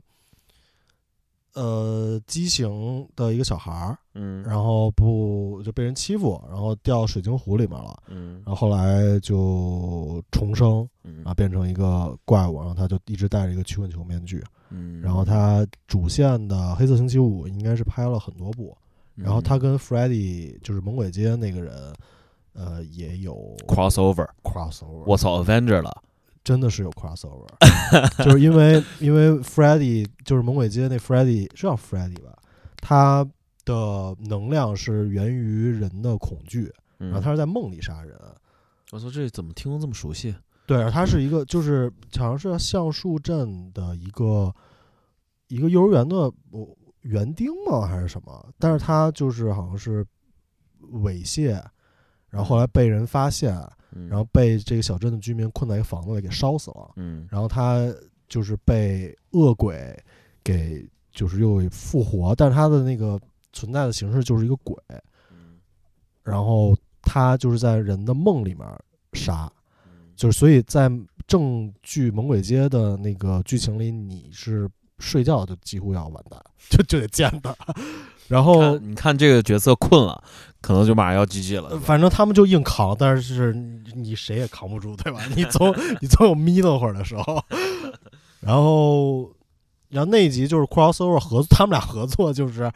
Speaker 2: 呃畸形的一个小孩儿，
Speaker 1: 嗯，
Speaker 2: 然后不就被人欺负，然后掉水晶湖里面了，
Speaker 1: 嗯
Speaker 2: 然后后来就重生
Speaker 1: 嗯
Speaker 2: 啊，变成一个怪物，然后他就一直戴着一个曲棍球面具，
Speaker 1: 嗯，
Speaker 2: 然后他主线的《黑色星期五》应该是拍了很多部，
Speaker 1: 嗯，
Speaker 2: 然后他跟 Freddy 就是猛鬼街那个人，呃，也有
Speaker 1: crossover，
Speaker 2: crossover，
Speaker 1: 我操，Avenger 了，
Speaker 2: 真的是有 crossover，就是因为因为 Freddy 就是猛鬼街那 Freddy 是叫 Freddy 吧，他的能量是源于人的恐惧，
Speaker 1: 然
Speaker 2: 然后他是在梦里杀人。
Speaker 1: 嗯我说这怎么听着这么熟悉？
Speaker 2: 对，他是一个就是好像是橡树镇的一个一个幼儿园的我园丁吗还是什么？但是他就是好像是猥亵，然后后来被人发现，
Speaker 1: 然
Speaker 2: 然后被这个小镇的居民困在一个房子里给烧死了。
Speaker 1: 嗯
Speaker 2: 然后他就是被恶鬼给就是又给复活，但是他的那个存在的形式就是一个鬼，然后他就是在人的梦里面杀，就是所以在正剧《猛鬼街》的那个剧情里，你是睡觉就几乎要完蛋，就就得见他，然后
Speaker 1: 看你看这个角色困了，可能就马上要 GG 了。
Speaker 2: 呃反正他们就硬扛，但是你你谁也扛不住，对吧？你总你总有眯瞪会儿的时候。然后，然后那一集就是 crossover 合作，他们俩合作就是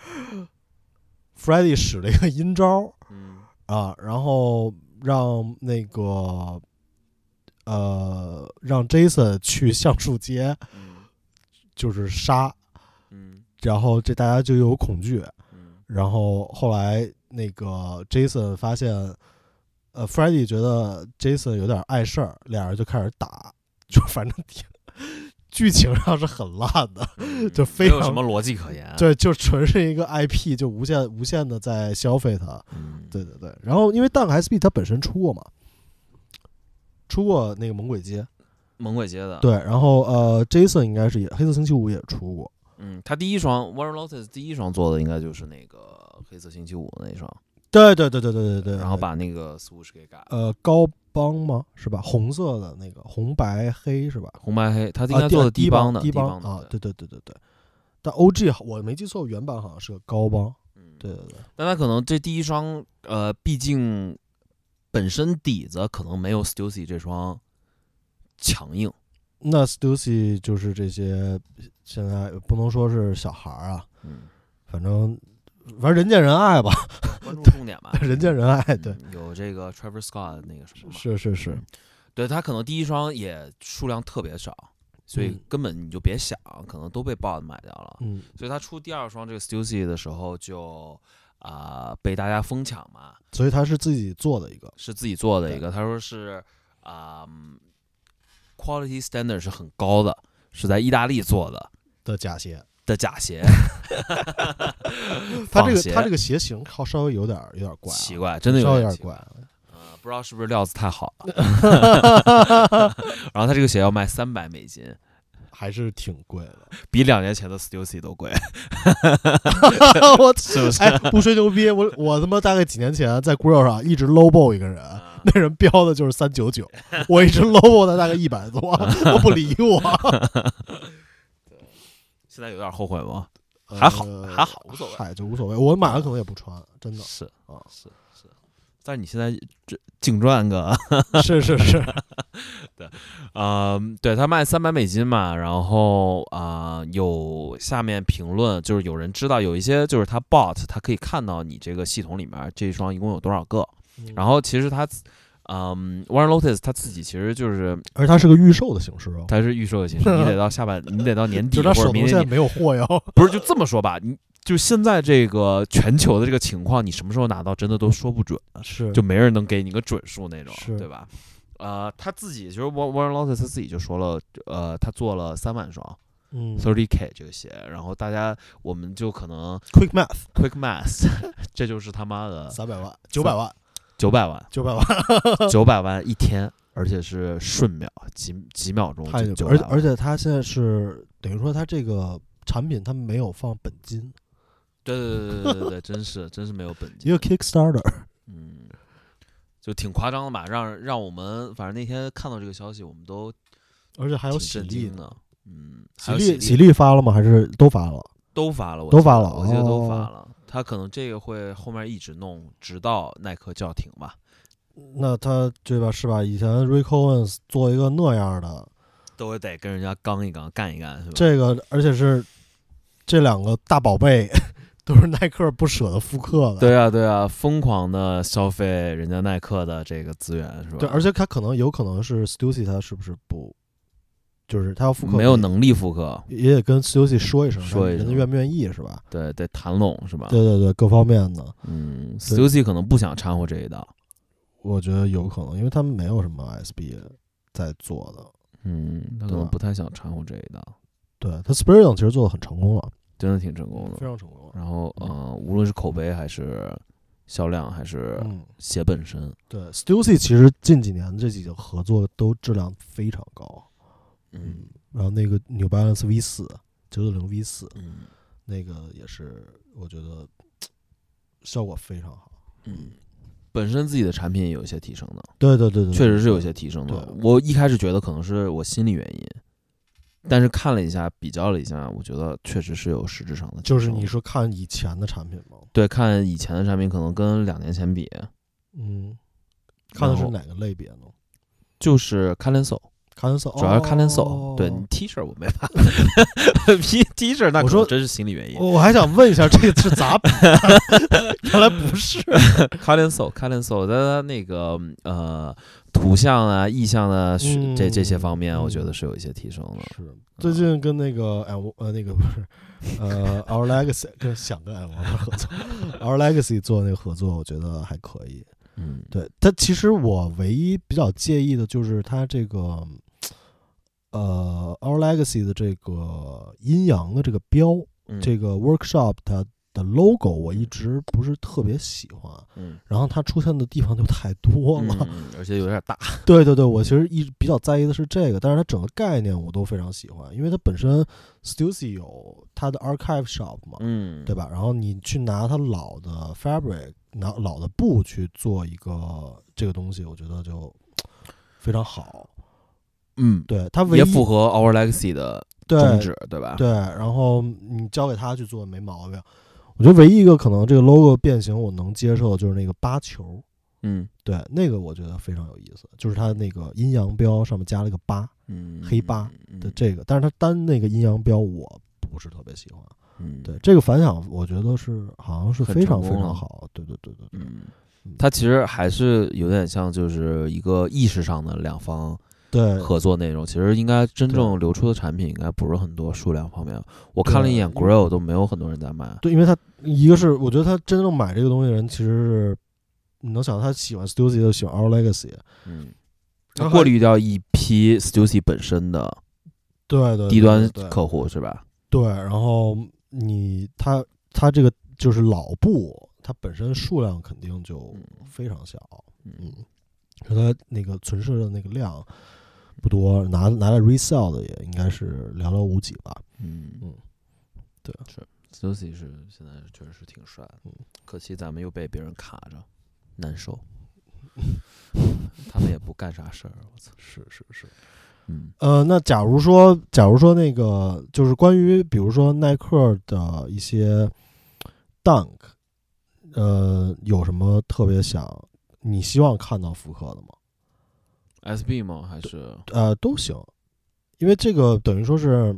Speaker 2: Freddy 使了一个阴招
Speaker 1: 嗯
Speaker 2: 啊，然后让那个呃让 Jason 去橡树街
Speaker 1: 嗯
Speaker 2: 就是杀，
Speaker 1: 嗯
Speaker 2: 然后这大家就又有恐惧，
Speaker 1: 嗯
Speaker 2: 然后后来那个 Jason 发现，呃，Freddy 觉得 Jason 有点碍事儿，俩人就开始打，就反正挺剧情上是很烂的，
Speaker 1: 嗯
Speaker 2: 就非
Speaker 1: 没有
Speaker 2: 常
Speaker 1: 什么逻辑可言。，
Speaker 2: 对，就纯是一个 IP，就无限无限的在消费它。
Speaker 1: 嗯
Speaker 2: 对对对，然后因为 Dunk SB 它本身出过嘛，出过那个《猛鬼街》，
Speaker 1: 猛鬼街的，，
Speaker 2: 对，然后呃，Jason 应该是也《黑色星期五》也出过，
Speaker 1: 嗯，他第一双 Warren Lotus 第一双做的应该就是那个黑色星期五那一双，
Speaker 2: 对对对对对对对，
Speaker 1: 然后把那个 swoosh 给改了，
Speaker 2: 呃高帮吗？是吧？红色的那个红白黑是吧？
Speaker 1: 红白黑，他应
Speaker 2: 啊
Speaker 1: 该做的
Speaker 2: 低
Speaker 1: 帮的，
Speaker 2: 低
Speaker 1: 低
Speaker 2: 帮
Speaker 1: 的
Speaker 2: 啊，，对对对对对。但 OG 好我没记错，原版好像是个高帮，
Speaker 1: 嗯
Speaker 2: 对对对，
Speaker 1: 但他可能这第一双，呃，毕竟本身底子可能没有 Stussy 这双强硬，
Speaker 2: 那 Stussy 就是这些，现在不能说是小孩儿啊，
Speaker 1: 嗯，
Speaker 2: 反正反正人见人爱吧，，
Speaker 1: 关注重点吧
Speaker 2: 人见人爱，
Speaker 1: 嗯
Speaker 2: 对，，
Speaker 1: 有这个 Trevor Scott 那个什么嘛，
Speaker 2: 是是是，
Speaker 1: 对他可能第一双也数量特别少，所以
Speaker 2: 嗯
Speaker 1: 根本你就别想，可能都被 b o d 买掉了，
Speaker 2: 嗯
Speaker 1: 所以他出第二双这个 Stussy 的时候就啊、被大家疯抢嘛，
Speaker 2: 所以他是自己做的一个，
Speaker 1: 是自己做的一
Speaker 2: 对
Speaker 1: 个，他说是啊、嗯 quality standard 是很高的，是在意大利做的。
Speaker 2: 的假鞋，
Speaker 1: 的假鞋，
Speaker 2: 他这
Speaker 1: 仿
Speaker 2: 个
Speaker 1: 鞋
Speaker 2: 他这个鞋型好稍微有点有点怪啊，
Speaker 1: 奇怪，真的
Speaker 2: 稍微
Speaker 1: 有
Speaker 2: 有点
Speaker 1: 奇
Speaker 2: 怪。啊
Speaker 1: 呃不知道是不是料子太好 了。然后他这个鞋要卖三百美金，
Speaker 2: 还是挺 贵的，
Speaker 1: 比两年前的 Stussy 都贵，
Speaker 2: 我
Speaker 1: 是不是？
Speaker 2: 哎，不吹牛逼，我我他妈大概几年前在 Grill 上一直 lowball 一个人，
Speaker 1: 啊
Speaker 2: 那人标的就是三九九，我一直 lowball 他大概一百多，
Speaker 1: 啊
Speaker 2: 我不理我，
Speaker 1: 现在有点后悔吗？ 还好
Speaker 2: 呃
Speaker 1: 还好无所谓
Speaker 2: 嗨，就无所谓，我买了可能也不穿，真的
Speaker 1: 是
Speaker 2: 啊，
Speaker 1: 是是，但是你现在这净赚个，
Speaker 2: 是是是，
Speaker 1: 呃，对他卖三百美金嘛，然后啊、呃有下面评论就是有人知道有一些就是他 bot 他可以看到你这个系统里面这一双一共有多少个，然后其实他自。嗯，Warren Lotus 他自己其实就是
Speaker 2: 而且它是个预售的形式哦，
Speaker 1: 它是预售的形式，你得到下半，你得到年 底
Speaker 2: 就
Speaker 1: 或
Speaker 2: 他手
Speaker 1: 者
Speaker 2: 头
Speaker 1: 明
Speaker 2: 现
Speaker 1: 年
Speaker 2: 在
Speaker 1: 年，
Speaker 2: 没有货哟，
Speaker 1: 不是就这么说吧？你就现在这个全球的这个情况，你什么时候拿到，真的都说不准，
Speaker 2: 是
Speaker 1: 就没人能给你个准数那种
Speaker 2: 是，
Speaker 1: 对吧？呃，他自己就是 Warren Lotus，他自己就说了，呃，他做了三万双
Speaker 2: 嗯
Speaker 1: Thirty K 这个鞋，然后大家我们就可 能
Speaker 2: ，Quick Math，
Speaker 1: quick math，这 就是他妈的
Speaker 2: 三百万，九百万，
Speaker 1: 九百 万，
Speaker 2: 九百万，
Speaker 1: 九百万一天，而且是瞬秒几几秒钟
Speaker 2: 太
Speaker 1: 就
Speaker 2: 牛！
Speaker 1: 九
Speaker 2: 而
Speaker 1: 百
Speaker 2: 哦且而且它现在是等于说它这个产品它没有放本金，
Speaker 1: 对对对对对对，真是真是没有本
Speaker 2: 一
Speaker 1: 金
Speaker 2: 个，Kickstarter，
Speaker 1: 嗯，就挺夸张的吧，让让我们反正那天看到这个消息，我们都
Speaker 2: 而且还有
Speaker 1: 挺
Speaker 2: 喜
Speaker 1: 震
Speaker 2: 力
Speaker 1: 惊
Speaker 2: 呢，
Speaker 1: 的，嗯，
Speaker 2: 喜
Speaker 1: 还有
Speaker 2: 力
Speaker 1: 喜
Speaker 2: 喜力发了吗？还是都发了？
Speaker 1: 都发了，我
Speaker 2: 都
Speaker 1: 记
Speaker 2: 发
Speaker 1: 得
Speaker 2: 了
Speaker 1: 我记得都
Speaker 2: 哦
Speaker 1: 发了，他可能这个会后面一直弄，直到耐克叫停吧，
Speaker 2: 那他对吧？是吧？以前 Rick Owens 做一个那样的，
Speaker 1: 都得跟人家刚一刚，干一干，是吧？
Speaker 2: 这个而且是这两个大宝贝 都是耐克不舍得复刻的，
Speaker 1: 对啊，对啊，疯狂的消费人家耐克的这个资源是吧？
Speaker 2: 对而且他可能有可能是 Stussy 他是不是不，就是他要复刻
Speaker 1: 没有能力复刻，
Speaker 2: 也得跟 Stussy 说一声，
Speaker 1: 说一
Speaker 2: 人家
Speaker 1: 声
Speaker 2: 愿不愿意是吧？
Speaker 1: 对，得谈拢是吧？
Speaker 2: 对对对，各方面的，
Speaker 1: 嗯
Speaker 2: 对
Speaker 1: ，Stussy 可能不想掺和这一道，
Speaker 2: 我觉得有可能，因为他们没有什么 SB 在做的。
Speaker 1: 嗯，他可
Speaker 2: 对
Speaker 1: 能
Speaker 2: 吧
Speaker 1: 不太想掺和这一道，
Speaker 2: 对他 Spring 其实做的很成功了，
Speaker 1: 真的挺成功
Speaker 2: 非
Speaker 1: 的。
Speaker 2: 常成功了。
Speaker 1: 然后，呃，无论是口碑还是销量，还是
Speaker 2: 嗯，
Speaker 1: 鞋本身，
Speaker 2: 对 Stussy 其实近几年这几个合作都质量非常高，
Speaker 1: 嗯
Speaker 2: 然后那个 New Balance V 四九九零 V 四
Speaker 1: 嗯
Speaker 2: 那个也是，我觉得效果非常好。
Speaker 1: 嗯，本身自己的产品也有一些提升的，
Speaker 2: 对对对对，
Speaker 1: 确实是有些提升的
Speaker 2: 对。
Speaker 1: 我一开始觉得可能是我心理原因，但是看了一下，比较了一下，我觉得确实是有实质上的提升
Speaker 2: 就
Speaker 1: 的。
Speaker 2: 是你说看以前的产品吗？
Speaker 1: 对，看以前的产品，可能跟两年前比，
Speaker 2: 嗯，看的是
Speaker 1: 然后
Speaker 2: 哪哦个类别呢？
Speaker 1: 就是 c a l e n s o
Speaker 2: 卡恩索，
Speaker 1: 主要是 c a l e n s o
Speaker 2: 哦
Speaker 1: 对你 T 恤我没办法 ，P T 恤那
Speaker 2: 我
Speaker 1: 可
Speaker 2: 说
Speaker 1: 能真是心理原因。
Speaker 2: 我我还想问一下，这个是咋比 的？ 原来不是，
Speaker 1: c a l e n s o c a l e n s o 在它那个呃图像啊、意象啊、
Speaker 2: 嗯
Speaker 1: 这这些方面，我觉
Speaker 2: 嗯
Speaker 1: 得是有一些提 升的。
Speaker 2: 是最近跟那个哎我呃那个不是呃 Our Legacy 跟想跟哎王合作，Our Legacy 做那个合作，我觉得还可以。
Speaker 1: 嗯，
Speaker 2: 对他，它其实我唯一比较介意的就是他这个呃 Our Legacy 的这个阴阳的这个标，
Speaker 1: 嗯
Speaker 2: 这个 Workshop 它的 logo 我一直不是特别喜欢，
Speaker 1: 嗯
Speaker 2: 然后它出现的地方就太多
Speaker 1: 嗯
Speaker 2: 了。
Speaker 1: 嗯而且有点大。
Speaker 2: 对对对，我其实一直比较在意的是这个，但是它整个概念我都非常喜欢，因为它本身 Stussy 有它的 Archive Shop 嘛，
Speaker 1: 嗯，
Speaker 2: 对吧？然后你去拿它老的 fabric，拿老的布去做一个这个东西，我觉得就非常好。
Speaker 1: 嗯，
Speaker 2: 对它唯一
Speaker 1: 也符合 Our Legacy 的宗
Speaker 2: 对
Speaker 1: 旨，啊对吧？
Speaker 2: 对，然后你交给他去做没毛病。我觉得唯一一个可能这个 logo 变形我能接受的就是那个八球，
Speaker 1: 嗯
Speaker 2: 对那个我觉得非常有意思，就是它那个阴阳标上面加了一个八，
Speaker 1: 嗯，
Speaker 2: 黑八
Speaker 1: 嗯
Speaker 2: 的这个，但是它单那个阴阳标我不是特别喜欢。
Speaker 1: 嗯
Speaker 2: 对这个反响，我觉得是好像是
Speaker 1: 很
Speaker 2: 非常
Speaker 1: 成
Speaker 2: 非
Speaker 1: 功了
Speaker 2: 常好。对对对对对，
Speaker 1: 嗯
Speaker 2: 嗯，
Speaker 1: 它其实还是有点像，就是一个意识上的两方
Speaker 2: 对
Speaker 1: 合作内容。其实应该真
Speaker 2: 对
Speaker 1: 正流出的产品应该不是很多，数量方面，我看了一眼
Speaker 2: 对嗯
Speaker 1: Grill 都没有很多人在卖。
Speaker 2: 对，因为他一个是我觉得他真正买这个东西的人，其实是你能想到他喜欢 Stussy 就喜欢 Our Legacy，
Speaker 1: 嗯，它
Speaker 2: 然后
Speaker 1: 过滤掉一批 Stussy 本身的
Speaker 2: 对对对
Speaker 1: 低端
Speaker 2: 对
Speaker 1: 客户是吧？嗯
Speaker 2: 对，然后你他他这个就是老布，它本身数量肯定就
Speaker 1: 嗯
Speaker 2: 非常小，嗯，可它那个存世的那个量不多，拿拿来 resell 的也应该是寥寥无几吧。
Speaker 1: 嗯
Speaker 2: 嗯对，
Speaker 1: 是 Stussy 是现在确实是挺帅的
Speaker 2: 嗯，
Speaker 1: 可惜咱们又被别人卡着，难 受。他们也不干啥事儿，我操！
Speaker 2: 是是是。
Speaker 1: 嗯
Speaker 2: 呃，那假如说，假如说那个就是关于比如说耐克的一些 Dunk，呃，有什么特别想你希望看到复刻的吗？
Speaker 1: ，SB 吗？还是
Speaker 2: 呃，都行，因为这个等于说是，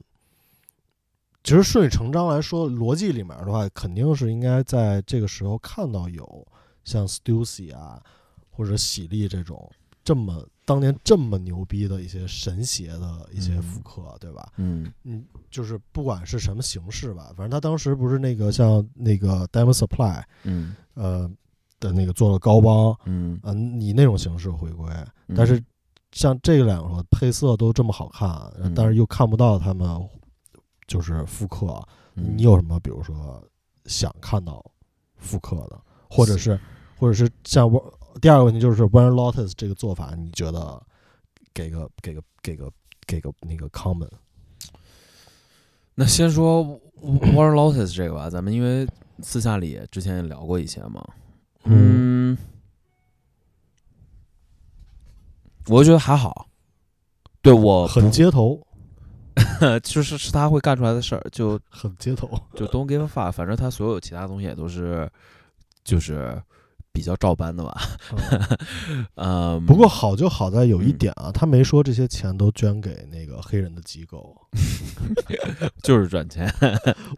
Speaker 2: 其实顺理成章来说，逻辑里面的话，肯定是应该在这个时候看到有像 Stussy 啊或者喜力这种这么当年这么牛逼的一些神鞋的一些
Speaker 1: 嗯
Speaker 2: 复刻，对吧？
Speaker 1: 嗯
Speaker 2: 嗯，就是不管是什么形式吧，反正他当时不是那个像那个 Diamond Supply
Speaker 1: 嗯
Speaker 2: 呃的那个做了高帮，
Speaker 1: 嗯，
Speaker 2: 嗯、你那种形式回归，
Speaker 1: 嗯
Speaker 2: 但是像这两个配色都这么好看，
Speaker 1: 嗯
Speaker 2: 但是又看不到他们就是复刻，
Speaker 1: 嗯
Speaker 2: 你有什么比如说想看到复刻的，或者是或者是像我第二个问题就是 One Lotus 这个做法，你觉得给个给个给个给个那个 comment？
Speaker 1: 那先说 Warren Lotus 这个吧，咱们因为私下里之前也聊过一些嘛。嗯，我觉得还好。对我
Speaker 2: 很街头，
Speaker 1: 不 就是是他会干出来的事儿，就
Speaker 2: 很街头，
Speaker 1: 就 don't give a fuck，反正他所有其他东西也都是就是比较照搬的吧。
Speaker 2: 嗯
Speaker 1: 嗯，
Speaker 2: 不过好就好在有一
Speaker 1: 嗯
Speaker 2: 点啊，他没说这些钱都捐给那个黑人的机构。
Speaker 1: 就是赚钱，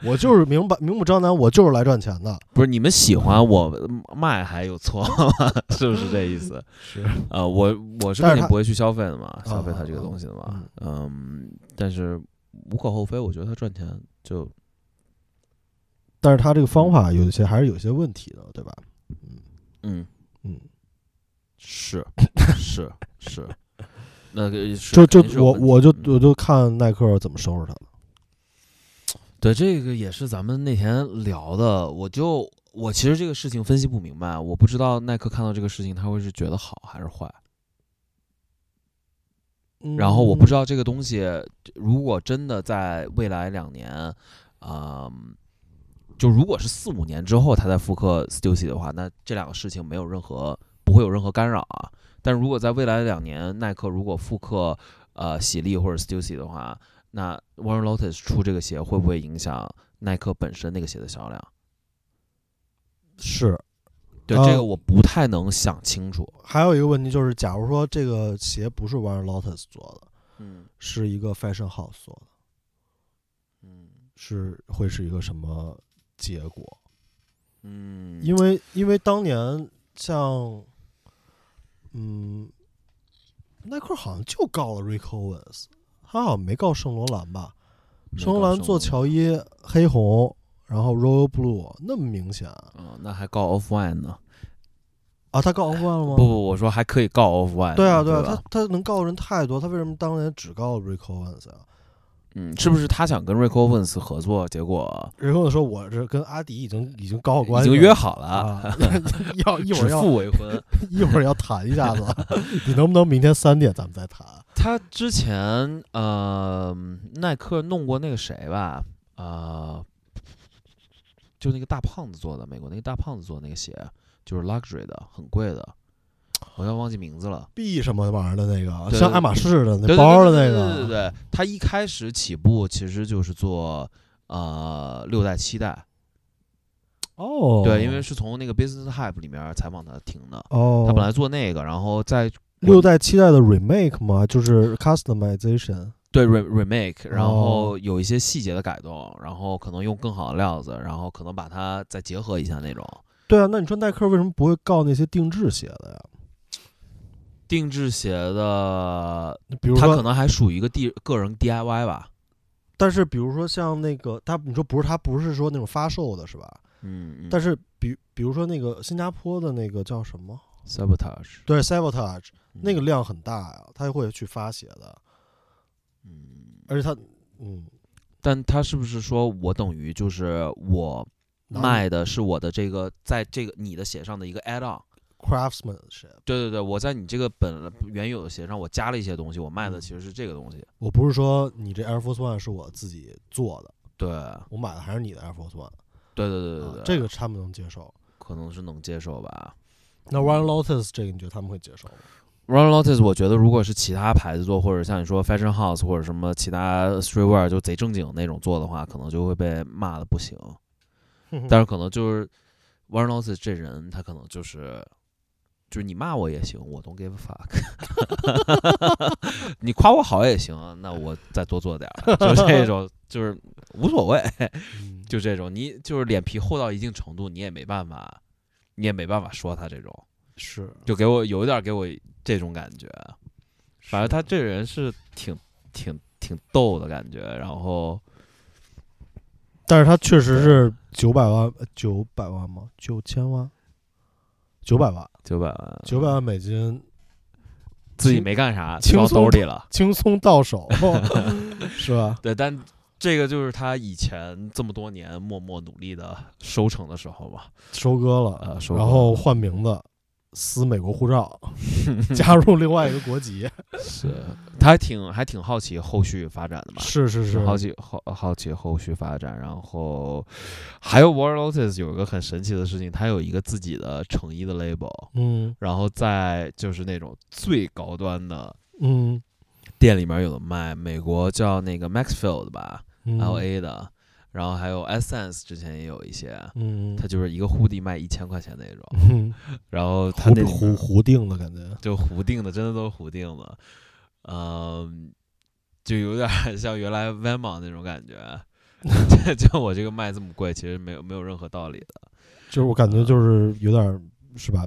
Speaker 2: 我就是明白 明目张胆，我就是来赚钱的。
Speaker 1: 不是你们喜欢我卖还有错吗？ 是不是这意思？
Speaker 2: 是，
Speaker 1: 啊，我我是肯
Speaker 2: 但是
Speaker 1: 定
Speaker 2: 他
Speaker 1: 不会去消费的嘛，消费
Speaker 2: 啊
Speaker 1: 它这个
Speaker 2: 啊
Speaker 1: 东西的嘛，嗯，但是无可厚非，我觉得他赚钱就
Speaker 2: 但是他这个方法有一些还是有一些问题的，对吧？
Speaker 1: 嗯
Speaker 2: 嗯，
Speaker 1: 是是 是，那个是
Speaker 2: 就
Speaker 1: 肯
Speaker 2: 就
Speaker 1: 定是有
Speaker 2: 我
Speaker 1: 问题
Speaker 2: 我就
Speaker 1: 嗯
Speaker 2: 我就看耐克怎么收拾他了。
Speaker 1: 对这个也是咱们那天聊的，我就我其实这个事情分析不明白，我不知道耐克看到这个事情他会是觉得好还是坏，嗯
Speaker 2: 嗯
Speaker 1: 然后我不知道这个东西如果真的在未来两年，啊、就如果是四五年之后他再复刻 Stussy 的话，那这两个事情没有任何不会有任何干扰啊。但如果在未来两年，耐克如果复刻呃喜力或者 Stussy 的话，那 Warren Lotus 出这个鞋会不会影响耐克本身那个鞋的销量？
Speaker 2: 是，
Speaker 1: 对、
Speaker 2: 啊
Speaker 1: 这个我不太能想清楚。
Speaker 2: 还有一个问题就是，假如说这个鞋不是 Warren Lotus 做的，
Speaker 1: 嗯
Speaker 2: 是一个 Fashion House 做的，
Speaker 1: 嗯
Speaker 2: 是会是一个什么结果？
Speaker 1: 嗯，
Speaker 2: 因为因为当年像，嗯，耐克好像就告了 Rick Owens，他好像没告圣罗兰吧？
Speaker 1: 没
Speaker 2: 圣罗
Speaker 1: 搞
Speaker 2: 兰
Speaker 1: 圣
Speaker 2: 做
Speaker 1: 罗兰
Speaker 2: 乔伊黑红，然后 Royal Blue 那么明显
Speaker 1: 嗯，那还告 Off One 呢。
Speaker 2: 啊，他告欧冠了吗？
Speaker 1: 不不，我说还可以告 Off One。
Speaker 2: 对啊，
Speaker 1: 对
Speaker 2: 啊，
Speaker 1: 吧
Speaker 2: 他他能告人太多，他为什么当年只告 Rick Owens 啊
Speaker 1: 嗯，是不是他想跟 Rick Owens 合作，结果
Speaker 2: ？Rick Owens 说：“我这跟阿迪已经已经搞好
Speaker 1: 已
Speaker 2: 关系
Speaker 1: 经
Speaker 2: 了，
Speaker 1: 约好了，
Speaker 2: 啊， 要一会
Speaker 1: 指
Speaker 2: 儿要
Speaker 1: 腹为 婚。
Speaker 2: 一会儿要谈一 下子， 你能不能明天三点咱们再谈？
Speaker 1: 他之前呃，耐克弄过那个谁吧，呃，就那个大胖子做的，美国那个大胖子做的那个鞋，就是 luxury 的，很贵的，我要忘记名字了。
Speaker 2: B 什么玩意儿的那个，
Speaker 1: 对
Speaker 2: 像爱马仕的那
Speaker 1: 对对
Speaker 2: 包的
Speaker 1: 对
Speaker 2: 那
Speaker 1: 对
Speaker 2: 个，
Speaker 1: 对对对，他一开始起步其实就是做呃六代七代，
Speaker 2: 哦，
Speaker 1: 对，因为是从那个 Business Hype 里面采访他听的。
Speaker 2: 哦，
Speaker 1: 他本来做那个，然后再
Speaker 2: 六代七代的 remake 嘛，就是 customization，
Speaker 1: 对 re remake，然
Speaker 2: 哦
Speaker 1: 后有一些细节的改动，然后可能用更好的料子，然后可能把它再结合一下那种
Speaker 2: 对啊，那你说耐克为什么不会告那些定制鞋的呀？
Speaker 1: 定制鞋的，
Speaker 2: 比如
Speaker 1: 它
Speaker 2: 说
Speaker 1: 可能还属于一个地个人 DIY 吧。
Speaker 2: 但是比如说像那个他，你说不是他不是说那种发售的是吧？
Speaker 1: 嗯，
Speaker 2: 但
Speaker 1: 是
Speaker 2: 是比比如说那个新加坡的那个叫什么？
Speaker 1: sabotage
Speaker 2: 对，Sabotage 那个
Speaker 1: 嗯
Speaker 2: 量很大呀，他会去发鞋的，
Speaker 1: 嗯，
Speaker 2: 而且他嗯
Speaker 1: 但他是不是说我等于就是我
Speaker 2: 拿
Speaker 1: 卖的是我的这个在这个你的鞋上的一个 add on？
Speaker 2: craftsmanship，
Speaker 1: 对对对，我在你这个本原有的鞋上我加了一些东西，我卖的其实是这个东西。
Speaker 2: 我不是说你这 Air Force One 是我自己做的，
Speaker 1: 对
Speaker 2: 我买的还是你的 Air Force One，
Speaker 1: 对对对对
Speaker 2: 啊
Speaker 1: 对，
Speaker 2: 这个他们能接受。
Speaker 1: 可能是能接受吧。
Speaker 2: 那 One Lotus 这个你觉得他们会接受吗？
Speaker 1: Ron Lotus，我觉得如果是其他牌子做，或者像你说 Fashion House 或者什么其他 Streetwear 就贼正经那种做的话，可能就会被骂的不行。但是可能就是 Ron Lotus 这人，他可能就是就是你骂我也行，我 don't give a fuck，你夸我好也行，那我再多做点儿，就是这种，就是无所谓，
Speaker 2: 嗯
Speaker 1: 就这种，你就是脸皮厚到一定程度，你也没办法，你也没办法说他这种。
Speaker 2: 是，
Speaker 1: 就给我有一点儿给我这种感觉。反正他这人是挺挺挺逗的感觉，然后
Speaker 2: 但是他确实是九百万，九百万吗？九千万？九百万，
Speaker 1: 嗯九百万，
Speaker 2: 九百万美金
Speaker 1: 自己没干啥，
Speaker 2: 轻
Speaker 1: 装
Speaker 2: 松
Speaker 1: 兜里了。
Speaker 2: 轻松 到手，是吧？
Speaker 1: 对，但这个就是他以前这么多年默默努力的收成的时候嘛。
Speaker 2: 收割了，
Speaker 1: 啊收割
Speaker 2: 然后换名字，撕美国 护照，加入另外一个国籍，
Speaker 1: 是，他还挺还挺好奇后续发展的嘛。
Speaker 2: 是是是，
Speaker 1: 好奇好好奇后续发展，然后还有 War Lotus 有一个很神奇的事情，它有一个自己的成衣的 label，
Speaker 2: 嗯
Speaker 1: 然后在就是那种最高端的
Speaker 2: 嗯
Speaker 1: 店里面有的卖，美国叫那个 Maxfield 吧、
Speaker 2: 嗯
Speaker 1: l A 的，然后还有 Essence 之前也有一些，
Speaker 2: 嗯，
Speaker 1: 它就是一个 hoodie 卖一千块钱那种，
Speaker 2: 嗯
Speaker 1: 然后它
Speaker 2: 胡
Speaker 1: 那里
Speaker 2: 胡
Speaker 1: 面
Speaker 2: 胡定了，感觉，
Speaker 1: 就胡定的，真的都是胡定的，嗯、就有点儿像原来 v e m o 那种感觉。 就就我这个卖这么贵，其实没有没有任何道理的。
Speaker 2: 就是我感觉
Speaker 1: 呃
Speaker 2: 就是有点儿是吧？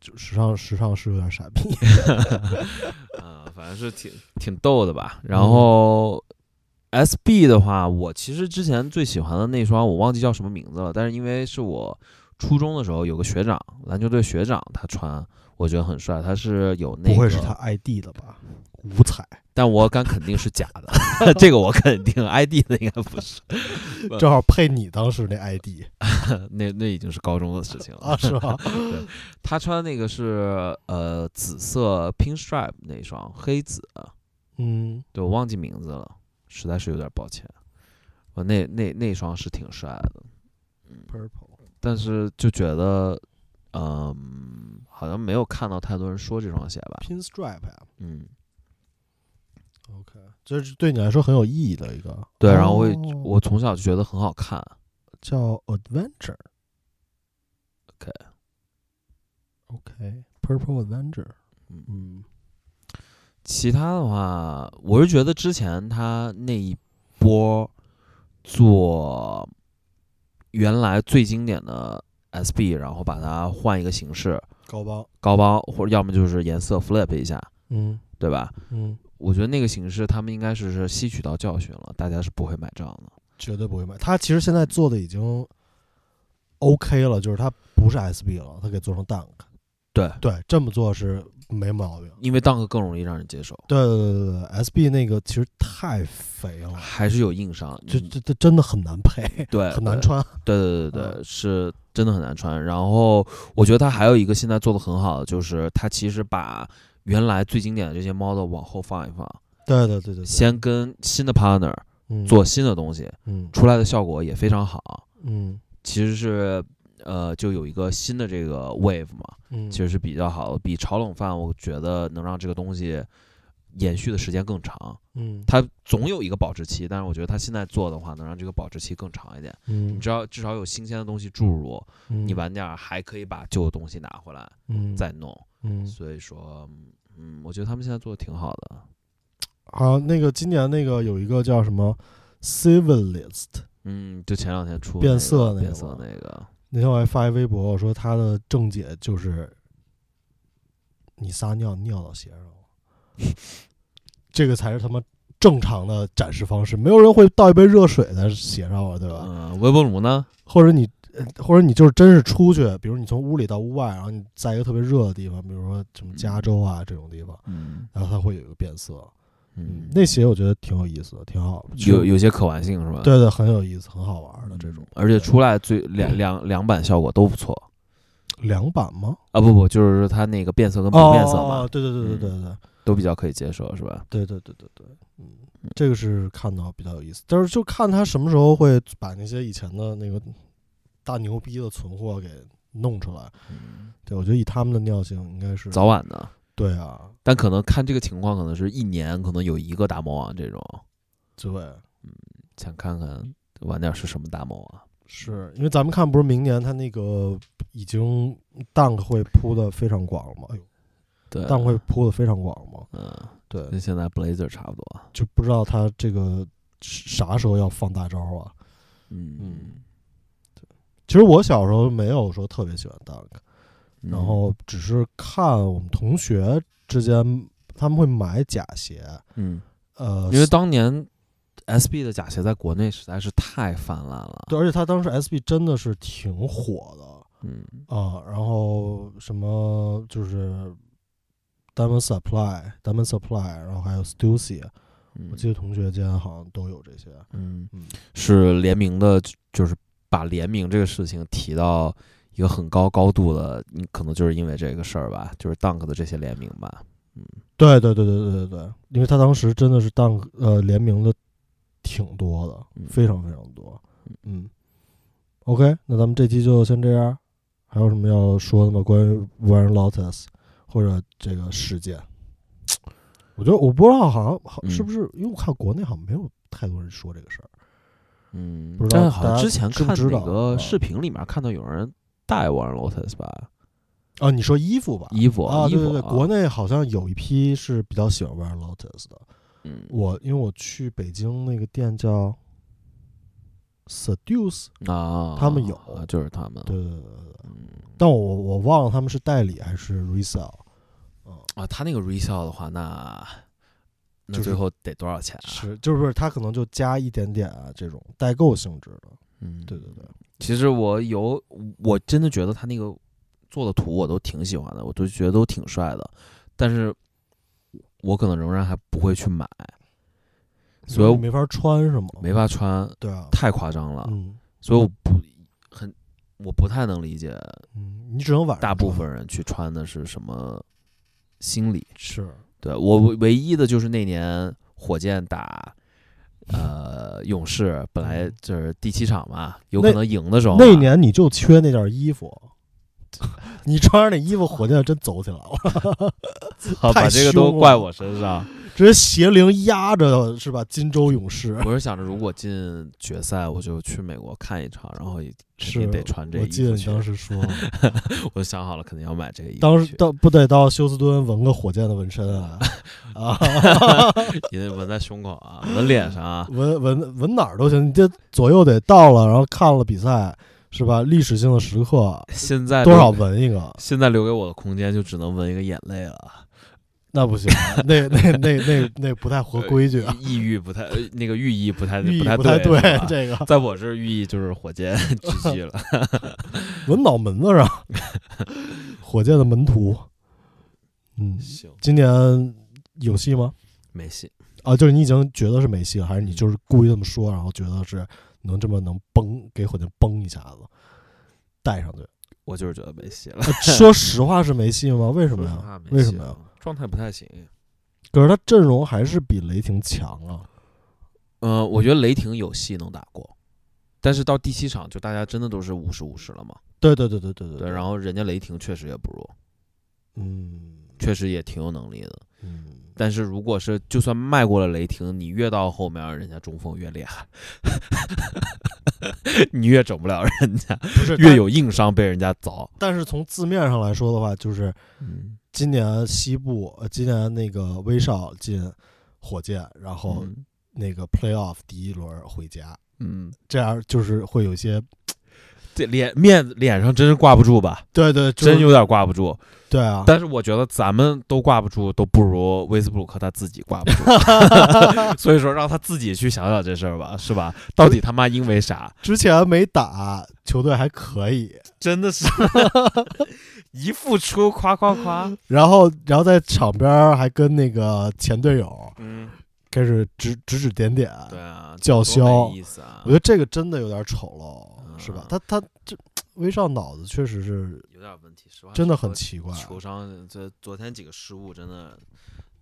Speaker 2: 就时尚时尚是有点傻逼，
Speaker 1: 嗯、反正是挺挺逗的吧。然后 SB 的话，我其实之前最喜欢的那双我忘记叫什么名字了，但是因为是我初中的时候有个学长，篮球队学长他穿，我觉得很帅。他是有那个，
Speaker 2: 不会是他 ID 了吧？五彩，
Speaker 1: 但我敢肯定是假的， 这个我肯定 ID 的应该不是， 呃
Speaker 2: 正好配你当时那 ID
Speaker 1: 那那已经是高中的事情了。
Speaker 2: 啊，是吧？
Speaker 1: 他穿那个是呃紫色 pinstripe 那双黑紫，
Speaker 2: 嗯
Speaker 1: 对我忘记名字了，实在是有点抱歉。我那那那双是挺帅的，
Speaker 2: ，purple，
Speaker 1: 但是就觉得，嗯，好像没有看到太多人说这双鞋吧。
Speaker 2: pinstripe 呀
Speaker 1: 嗯，
Speaker 2: ，OK，这是对你来说很有意义的一个，
Speaker 1: 对，然后我也
Speaker 2: 哦
Speaker 1: 我从小就觉得很好看。
Speaker 2: 叫 Adventure。
Speaker 1: OK
Speaker 2: OK，Purple Adventure。
Speaker 1: 嗯
Speaker 2: 嗯
Speaker 1: 其他的话，我是觉得之前他那一波做原来最经典的 SB，然后把它换一个形式，
Speaker 2: 高帮。
Speaker 1: 高帮或者要么就是颜色 flip 一下，
Speaker 2: 嗯
Speaker 1: 对吧？
Speaker 2: 嗯，
Speaker 1: 我觉得那个形式，他们应该是是吸取到教训了，大家是不会买账的。
Speaker 2: 绝对不会买。他其实现在做的已经 OK 了，就是他不是 SB 了，他给做成 Dunk。
Speaker 1: 对，
Speaker 2: 对，这么做是没毛病。
Speaker 1: 因为 dunk 更容易让人接受，
Speaker 2: 对对对对对，SB 那个其实太肥了，
Speaker 1: 还是有硬伤。
Speaker 2: 这
Speaker 1: 嗯
Speaker 2: 这这真的很难配，
Speaker 1: 对
Speaker 2: 很难。穿。嗯
Speaker 1: 对对对对对，是真的很难穿。然后我觉得它还有一个现在做的很好的，就是它其实把原来最经典的这些 model 往后放一放，
Speaker 2: 对对对对对，
Speaker 1: 先跟新的 partner
Speaker 2: 嗯
Speaker 1: 做新的东西，
Speaker 2: 嗯
Speaker 1: 出来的效果也非常好。
Speaker 2: 嗯
Speaker 1: 其实是呃，就有一个新的这个 wave 嘛，
Speaker 2: 嗯，
Speaker 1: 其实是比较好的，比炒冷饭，我觉得能让这个东西延续的时间更长。
Speaker 2: 嗯
Speaker 1: 它总有一个保质期，但是我觉得它现在做的话，能让这个保质期更长一点。
Speaker 2: 嗯，
Speaker 1: 你知道，至少有新鲜的东西注入，你
Speaker 2: 嗯
Speaker 1: 晚点儿还可以把旧的东西拿回来
Speaker 2: 嗯
Speaker 1: 再弄。
Speaker 2: 嗯
Speaker 1: 所以说，嗯，我觉得他们现在做的挺好的。
Speaker 2: 好，那个今年那个有一个叫什么 Civilist，
Speaker 1: 嗯，就前两天出
Speaker 2: 变
Speaker 1: 那个
Speaker 2: 色那
Speaker 1: 变
Speaker 2: 个
Speaker 1: 色
Speaker 2: 吗
Speaker 1: 那个，
Speaker 2: 那天我还发一微博，我说他的正解就是你撒尿尿到鞋上了， 这个才是他妈正常的展示方式，没有人会倒一杯热水在鞋上啊，对吧？
Speaker 1: 嗯，微波炉呢？
Speaker 2: 或者你。呃或者你就是真是出去，比如你从屋里到屋外，然后你在一个特别热的地方，比如说什么加州啊这种地方，
Speaker 1: 嗯
Speaker 2: 然后它会有一个变色。
Speaker 1: 嗯，
Speaker 2: 那鞋我觉得挺有意思的，挺好的。
Speaker 1: 有有些可玩性是吧？
Speaker 2: 对对，很有意思，很好玩的
Speaker 1: 嗯，
Speaker 2: 这种。
Speaker 1: 而且出来最两两两版效果都不错。
Speaker 2: 两版吗？
Speaker 1: 啊，不不，就是说它那个变色跟不变色嗯嘛，
Speaker 2: 哦，对对对对对对
Speaker 1: 都比较可以接受，是吧？
Speaker 2: 对对对对对，嗯，这个是看到比较有意思，但是就看他什么时候会把那些以前的那个大牛逼的存货给弄出来。
Speaker 1: 嗯，
Speaker 2: 对，我觉得以他们的尿性，应该是
Speaker 1: 早晚的，
Speaker 2: 对啊，
Speaker 1: 但可能看这个情况，可能是一年可能有一个大魔王这种，
Speaker 2: 对，
Speaker 1: 想看看晚点是什么大魔王。
Speaker 2: 是因为咱们看不是明年他那个已经 dunk 会铺的非常广嘛
Speaker 1: 对，
Speaker 2: ，dunk 会铺的非常广嘛，
Speaker 1: 嗯，
Speaker 2: 对，
Speaker 1: 跟现在 Blazer 差不多。
Speaker 2: 就不知道他这个啥时候要放大招啊。
Speaker 1: 嗯
Speaker 2: 其实我小时候没有说特别喜欢 dunk，
Speaker 1: 嗯，
Speaker 2: 然后只是看我们同学之间他们会买假鞋，
Speaker 1: 嗯，
Speaker 2: 呃，
Speaker 1: 因为当年 SB 的假鞋在国内实在是太泛滥了。
Speaker 2: 对，而且他当时 SB 真的是挺火的
Speaker 1: 嗯
Speaker 2: 啊、然后什么就是 Diamond Supply、Diamond Supply，然后还有 Stussy，
Speaker 4: 嗯
Speaker 2: 我记得同学间好像都有这些。
Speaker 4: 嗯
Speaker 2: 嗯，
Speaker 1: 是联名的，就是把联名这个事情提到一个很高高度的，你可能就是因为这个事儿吧，就是 Dunk 的这些联名吧。嗯
Speaker 2: 对对对对对对对，因为他当时真的是当呃联名的挺多
Speaker 1: 嗯
Speaker 2: 的，非常非常多。嗯，OK，那咱们这期就先这样，还有什么要说的吗？关于 Warren Lotus 或者这个事件，我觉得我不知道，好像好
Speaker 1: 嗯
Speaker 2: 是不是因为我看国内好像没有太多人说这个事儿。
Speaker 1: 嗯
Speaker 2: 不，知道
Speaker 1: 但好像
Speaker 2: 大家
Speaker 1: 之前
Speaker 2: 知不
Speaker 1: 看
Speaker 2: 知
Speaker 1: 哪
Speaker 2: 道
Speaker 1: 个
Speaker 2: 啊
Speaker 1: 视频里面看到有人戴 Warren Lotus 吧，
Speaker 2: 哦，你说衣服吧？
Speaker 1: 衣服
Speaker 2: 啊，
Speaker 1: 衣
Speaker 2: 对
Speaker 1: 服
Speaker 2: 对对，
Speaker 1: 啊
Speaker 2: 国内好像有一批是比较喜欢 Warren Lotus 的。
Speaker 1: 嗯，
Speaker 2: 我因为我去北京那个店叫 Seduce，
Speaker 1: 啊，
Speaker 2: 他们有
Speaker 1: 啊就是他们，
Speaker 2: 对对对对对，
Speaker 1: 嗯
Speaker 2: 但我我忘了他们是代理还是 resell，
Speaker 1: 啊，他那个 resale 的话，那那
Speaker 2: 就是
Speaker 1: 最后得多少钱啊？
Speaker 2: 是就是不是他可能就加一点点啊这种代购性质的，
Speaker 1: 嗯，
Speaker 2: 对对对，
Speaker 1: 其实我有，我真的觉得他那个做的图我都挺喜欢的，我都觉得都挺帅的，但是我可能仍然还不会去买，所以
Speaker 2: 你
Speaker 1: 我
Speaker 2: 没法穿是吗？
Speaker 1: 没法穿，
Speaker 2: 对啊，
Speaker 1: 太夸张了，
Speaker 2: 嗯
Speaker 1: 所以我不很，我不太能理解
Speaker 2: 嗯，你只能晚上
Speaker 1: 大部
Speaker 2: 穿
Speaker 1: 分人去穿的是什么心理。
Speaker 2: 是
Speaker 1: 对我唯唯一的就是那年火箭打。呃，勇士本来就是第七场嘛，有可
Speaker 2: 嗯那
Speaker 1: 能赢的时候嘛，
Speaker 2: 那年你就缺那件衣服。 你穿上那衣服，火箭真走起来了，
Speaker 1: 好把
Speaker 2: 太
Speaker 1: 这个
Speaker 2: 凶
Speaker 1: 都
Speaker 2: 了
Speaker 1: 怪我身上。
Speaker 2: 直接邪灵压着是吧？金州勇士，
Speaker 1: 我是想着，如果进决赛，我就去美国看一场，然后也肯
Speaker 2: 是
Speaker 1: 定得穿这
Speaker 2: 我
Speaker 1: 衣
Speaker 2: 记得
Speaker 1: 服
Speaker 2: 你
Speaker 1: 去。
Speaker 2: 当时说了，
Speaker 1: 我想好了，肯定要买这个衣服去。
Speaker 2: 当时到不得到休斯敦纹个火箭的纹身啊啊！，
Speaker 1: 因为纹在胸口啊，纹脸上啊
Speaker 2: 闻闻闻哪儿都行，你这左右得到了，然后看了比赛是吧？历史性的时刻，
Speaker 1: 现在
Speaker 2: 多
Speaker 1: 留
Speaker 2: 少？闻一个，
Speaker 1: 现在留给我的空间就只能纹一个眼泪了，
Speaker 2: 那不行，
Speaker 1: 啊
Speaker 2: 那那那那那不太合规矩啊，
Speaker 1: 意意欲不太，呃呃那个寓意不 太
Speaker 2: 寓意
Speaker 1: 太
Speaker 2: 不太
Speaker 1: 对
Speaker 2: 对
Speaker 1: 是吧，
Speaker 2: 这个
Speaker 1: 在我这儿寓意就是火箭狙击 了。
Speaker 2: 闻脑 门子上，火箭的门徒，嗯，
Speaker 1: 行，
Speaker 2: 今年有戏吗？
Speaker 1: 没戏。
Speaker 2: 啊，就是你已经觉得是没戏了，还是你就是故意这么说，然后觉得是能这么能崩给火箭崩一下子，带上去？
Speaker 1: 我就是觉得没戏了。
Speaker 2: 啊 说实话是没戏吗？为什么
Speaker 1: 说实话
Speaker 2: 呀？
Speaker 1: 没
Speaker 2: 为什
Speaker 1: 戏啊
Speaker 2: 么呀
Speaker 1: 了？？状态不太行。
Speaker 2: 可是他阵容还是比雷霆强啊。
Speaker 1: 嗯、我觉得雷霆有戏能打过，但是到第七场就大家真的都是五十五十了嘛。
Speaker 2: 对对对对对对
Speaker 1: 对，然后人家雷霆确实也不弱，
Speaker 2: 嗯
Speaker 1: 确实也挺有能力的。
Speaker 2: 嗯，
Speaker 1: 但是如果是就算迈过了雷霆，你越到后面，人家中锋越厉害， 你越整不了 人家，
Speaker 2: 不是
Speaker 1: 越。有硬伤被人家凿。
Speaker 2: 但但是从字面上来说的话，就是
Speaker 1: 嗯，
Speaker 2: 今年西部，呃，今年那个威少进火箭，然
Speaker 1: 哦
Speaker 2: 后那个 playoff 第一轮回家，
Speaker 1: 嗯，
Speaker 2: 这样就是会有一些
Speaker 1: 这脸面子脸上真是挂不住吧？
Speaker 2: 对对，就是
Speaker 1: 真有点挂不住。
Speaker 2: 对啊。
Speaker 1: 但是我觉得咱们都挂不住，都不如威斯布鲁克他自己挂 不住。所以说，让他自己去想想这事儿吧，是吧？到底他妈因为啥？
Speaker 2: 之前没打球队还可以，
Speaker 1: 真的是 一付出夸夸夸，
Speaker 2: 然后然后在场边儿还跟那个前队友
Speaker 1: 嗯，
Speaker 2: 开始指指指点点，
Speaker 1: 对啊，
Speaker 2: 叫
Speaker 1: 这多
Speaker 2: 嚣
Speaker 1: 没意思啊
Speaker 2: 我觉，得这个真的有点丑陋，
Speaker 1: 嗯
Speaker 2: 是吧？他他这威少脑子确实是
Speaker 1: 有点问题，实话
Speaker 2: 真的很
Speaker 1: 说
Speaker 2: 奇怪，
Speaker 1: 球商这昨天几个失误真的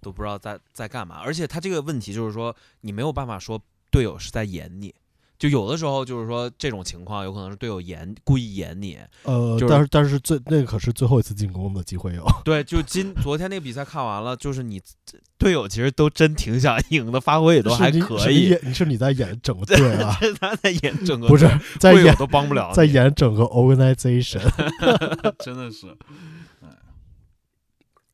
Speaker 1: 都不知道在在干嘛，而且他这个问题就是说你没有办法说队友是在演你。就有的时候就是说这种情况，有可能是队友演故意演你，
Speaker 2: 呃，
Speaker 1: 就是
Speaker 2: 但是但是最那个可是最后一次进攻的 机会有，
Speaker 1: 对，就今昨天那个比赛看完了，就是你队友其实都真挺想赢的，发挥也都还
Speaker 2: 是你
Speaker 1: 可
Speaker 2: 是 你
Speaker 1: 以，
Speaker 2: 演，是你在演 整个队啊，
Speaker 1: 但是他在演整个
Speaker 2: 不是在
Speaker 1: 队友
Speaker 2: 演
Speaker 1: 都帮不了你，
Speaker 2: 在演整个 organization。
Speaker 1: 真的是，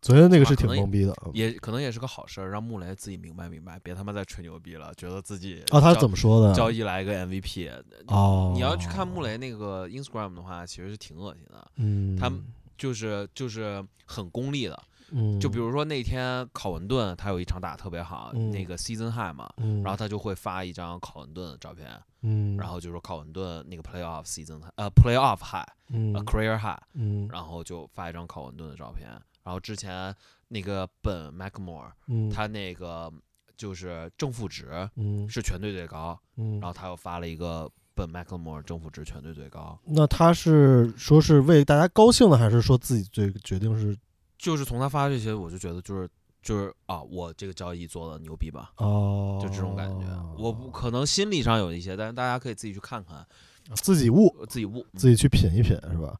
Speaker 2: 昨天那个是
Speaker 1: 啊可
Speaker 2: 挺
Speaker 1: 能
Speaker 2: 懵逼的
Speaker 1: 也可能也是个好事儿，让穆雷自己明白明白，别他妈再吹牛逼了，觉得自己
Speaker 2: 啊，他
Speaker 1: 交
Speaker 2: 怎么说的
Speaker 1: 交
Speaker 2: 呀？
Speaker 1: 易来个 MVP？
Speaker 2: 哦，
Speaker 1: 你要去看穆，雷那个 Instagram 的话，其实是挺恶心的，
Speaker 2: 嗯，
Speaker 1: 他们就是就是很功利的，
Speaker 2: 嗯，
Speaker 1: 就比如说那天考文顿他有一场打得特别好，
Speaker 2: 嗯
Speaker 1: 那个 Season High 嘛。
Speaker 2: 嗯，
Speaker 1: 然后他就会发一张考文顿的照片，
Speaker 2: 嗯，
Speaker 1: 然后就说考文顿那个 playoff season 呃 playoff high 呃
Speaker 2: 嗯
Speaker 1: career high，
Speaker 2: 嗯
Speaker 1: 然后就发一张考文顿的照片。然后之前那个本 McMore，
Speaker 2: 嗯，
Speaker 1: 他那个就是正负值
Speaker 2: 嗯
Speaker 1: 是全队最高，
Speaker 2: 嗯，
Speaker 1: 然后他又发了一个本 McMore 正负值全队最高，
Speaker 2: 那他是说是为大家高兴的，还是说自己最决定是
Speaker 1: 就是从他发这些，我就觉得就是就是啊，我这个交易做的牛逼吧，
Speaker 2: 哦，
Speaker 1: 就这种感觉。我不可能心理上有一些，但是大家可以自己去看看，
Speaker 2: 啊自己悟，
Speaker 1: 呃自己悟。
Speaker 2: 自己去品一品，是吧？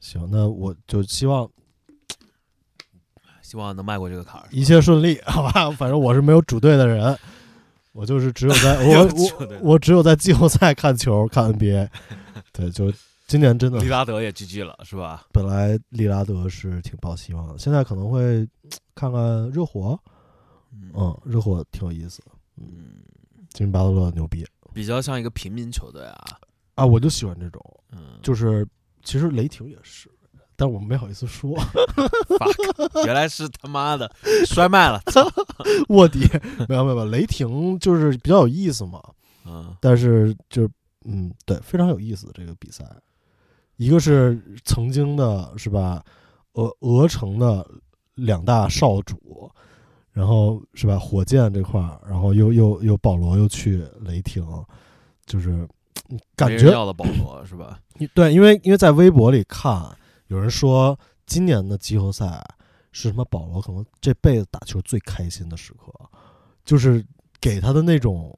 Speaker 2: 行，那我就希望
Speaker 1: 嗯希望能迈过这个坎儿。
Speaker 2: 一切顺利， 好吧？反正我是没有主队的人，我就是只有 在我我我只有在季后赛看球看 NBA，对， 就今年真的
Speaker 1: 利拉德也 GG 了，是吧？
Speaker 2: 本来利拉德是挺抱希望的，现在可能会看看热火，嗯，热火挺有意思的，
Speaker 1: 嗯，
Speaker 2: 吉米巴特勒牛逼
Speaker 1: 比较像一个平民球队啊。
Speaker 2: 啊，我就喜欢这种，
Speaker 1: 嗯，
Speaker 2: 就是其实雷霆也是，但我没好意思说
Speaker 1: 原来是他妈的 摔卖了。操
Speaker 2: 卧底，没有没有没有，雷霆就是比较有意思嘛，
Speaker 1: 嗯，
Speaker 2: 但是就是嗯，对，非常有意思这个比赛，一个是曾经的是吧，俄俄城的两大少主，然后是吧，火箭这块儿，然后又又又保罗又去雷霆，就是嗯感
Speaker 1: 没人
Speaker 2: 觉
Speaker 1: 要了保罗是吧？
Speaker 2: 你对，因为因为在微博里看有人说今年的季后赛是什么保罗可能这辈子打球最开心的时刻，就是给他的那种，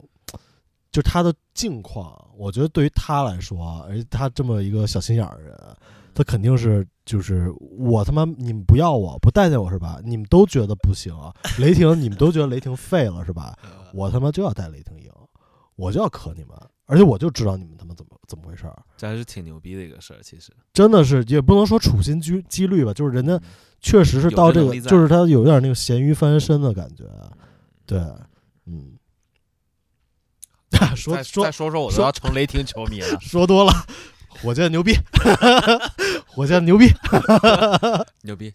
Speaker 2: 就他的境况，我觉得对于他来说，啊而且他这么一个小心眼儿的人，他肯定是就是我他妈你们不要我不待见我是吧？你们都觉得不行，雷霆你们都觉得雷霆废了是吧？我他妈就要带雷霆赢，我就要磕你们，而且我就知道你们他妈怎么怎么回事儿。
Speaker 1: 这还是挺牛逼的一个事儿，其实。
Speaker 2: 真的是也不能说处心积积虑吧，就是人
Speaker 1: 嗯
Speaker 2: 家确实是到这
Speaker 1: 有这能
Speaker 2: 个，
Speaker 1: 力在
Speaker 2: 就是他有点那个咸鱼翻身的感觉，啊对，嗯，说
Speaker 1: 再
Speaker 2: 说
Speaker 1: 再说说，我都
Speaker 2: 说。
Speaker 1: 要成雷霆球迷了
Speaker 2: 说多了，火箭牛逼， 火箭牛逼，
Speaker 1: 牛逼，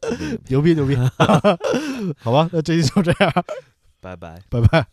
Speaker 1: 牛逼牛逼
Speaker 2: 牛逼牛逼，好吧，那这期就这样，
Speaker 1: 拜拜。
Speaker 2: 拜拜。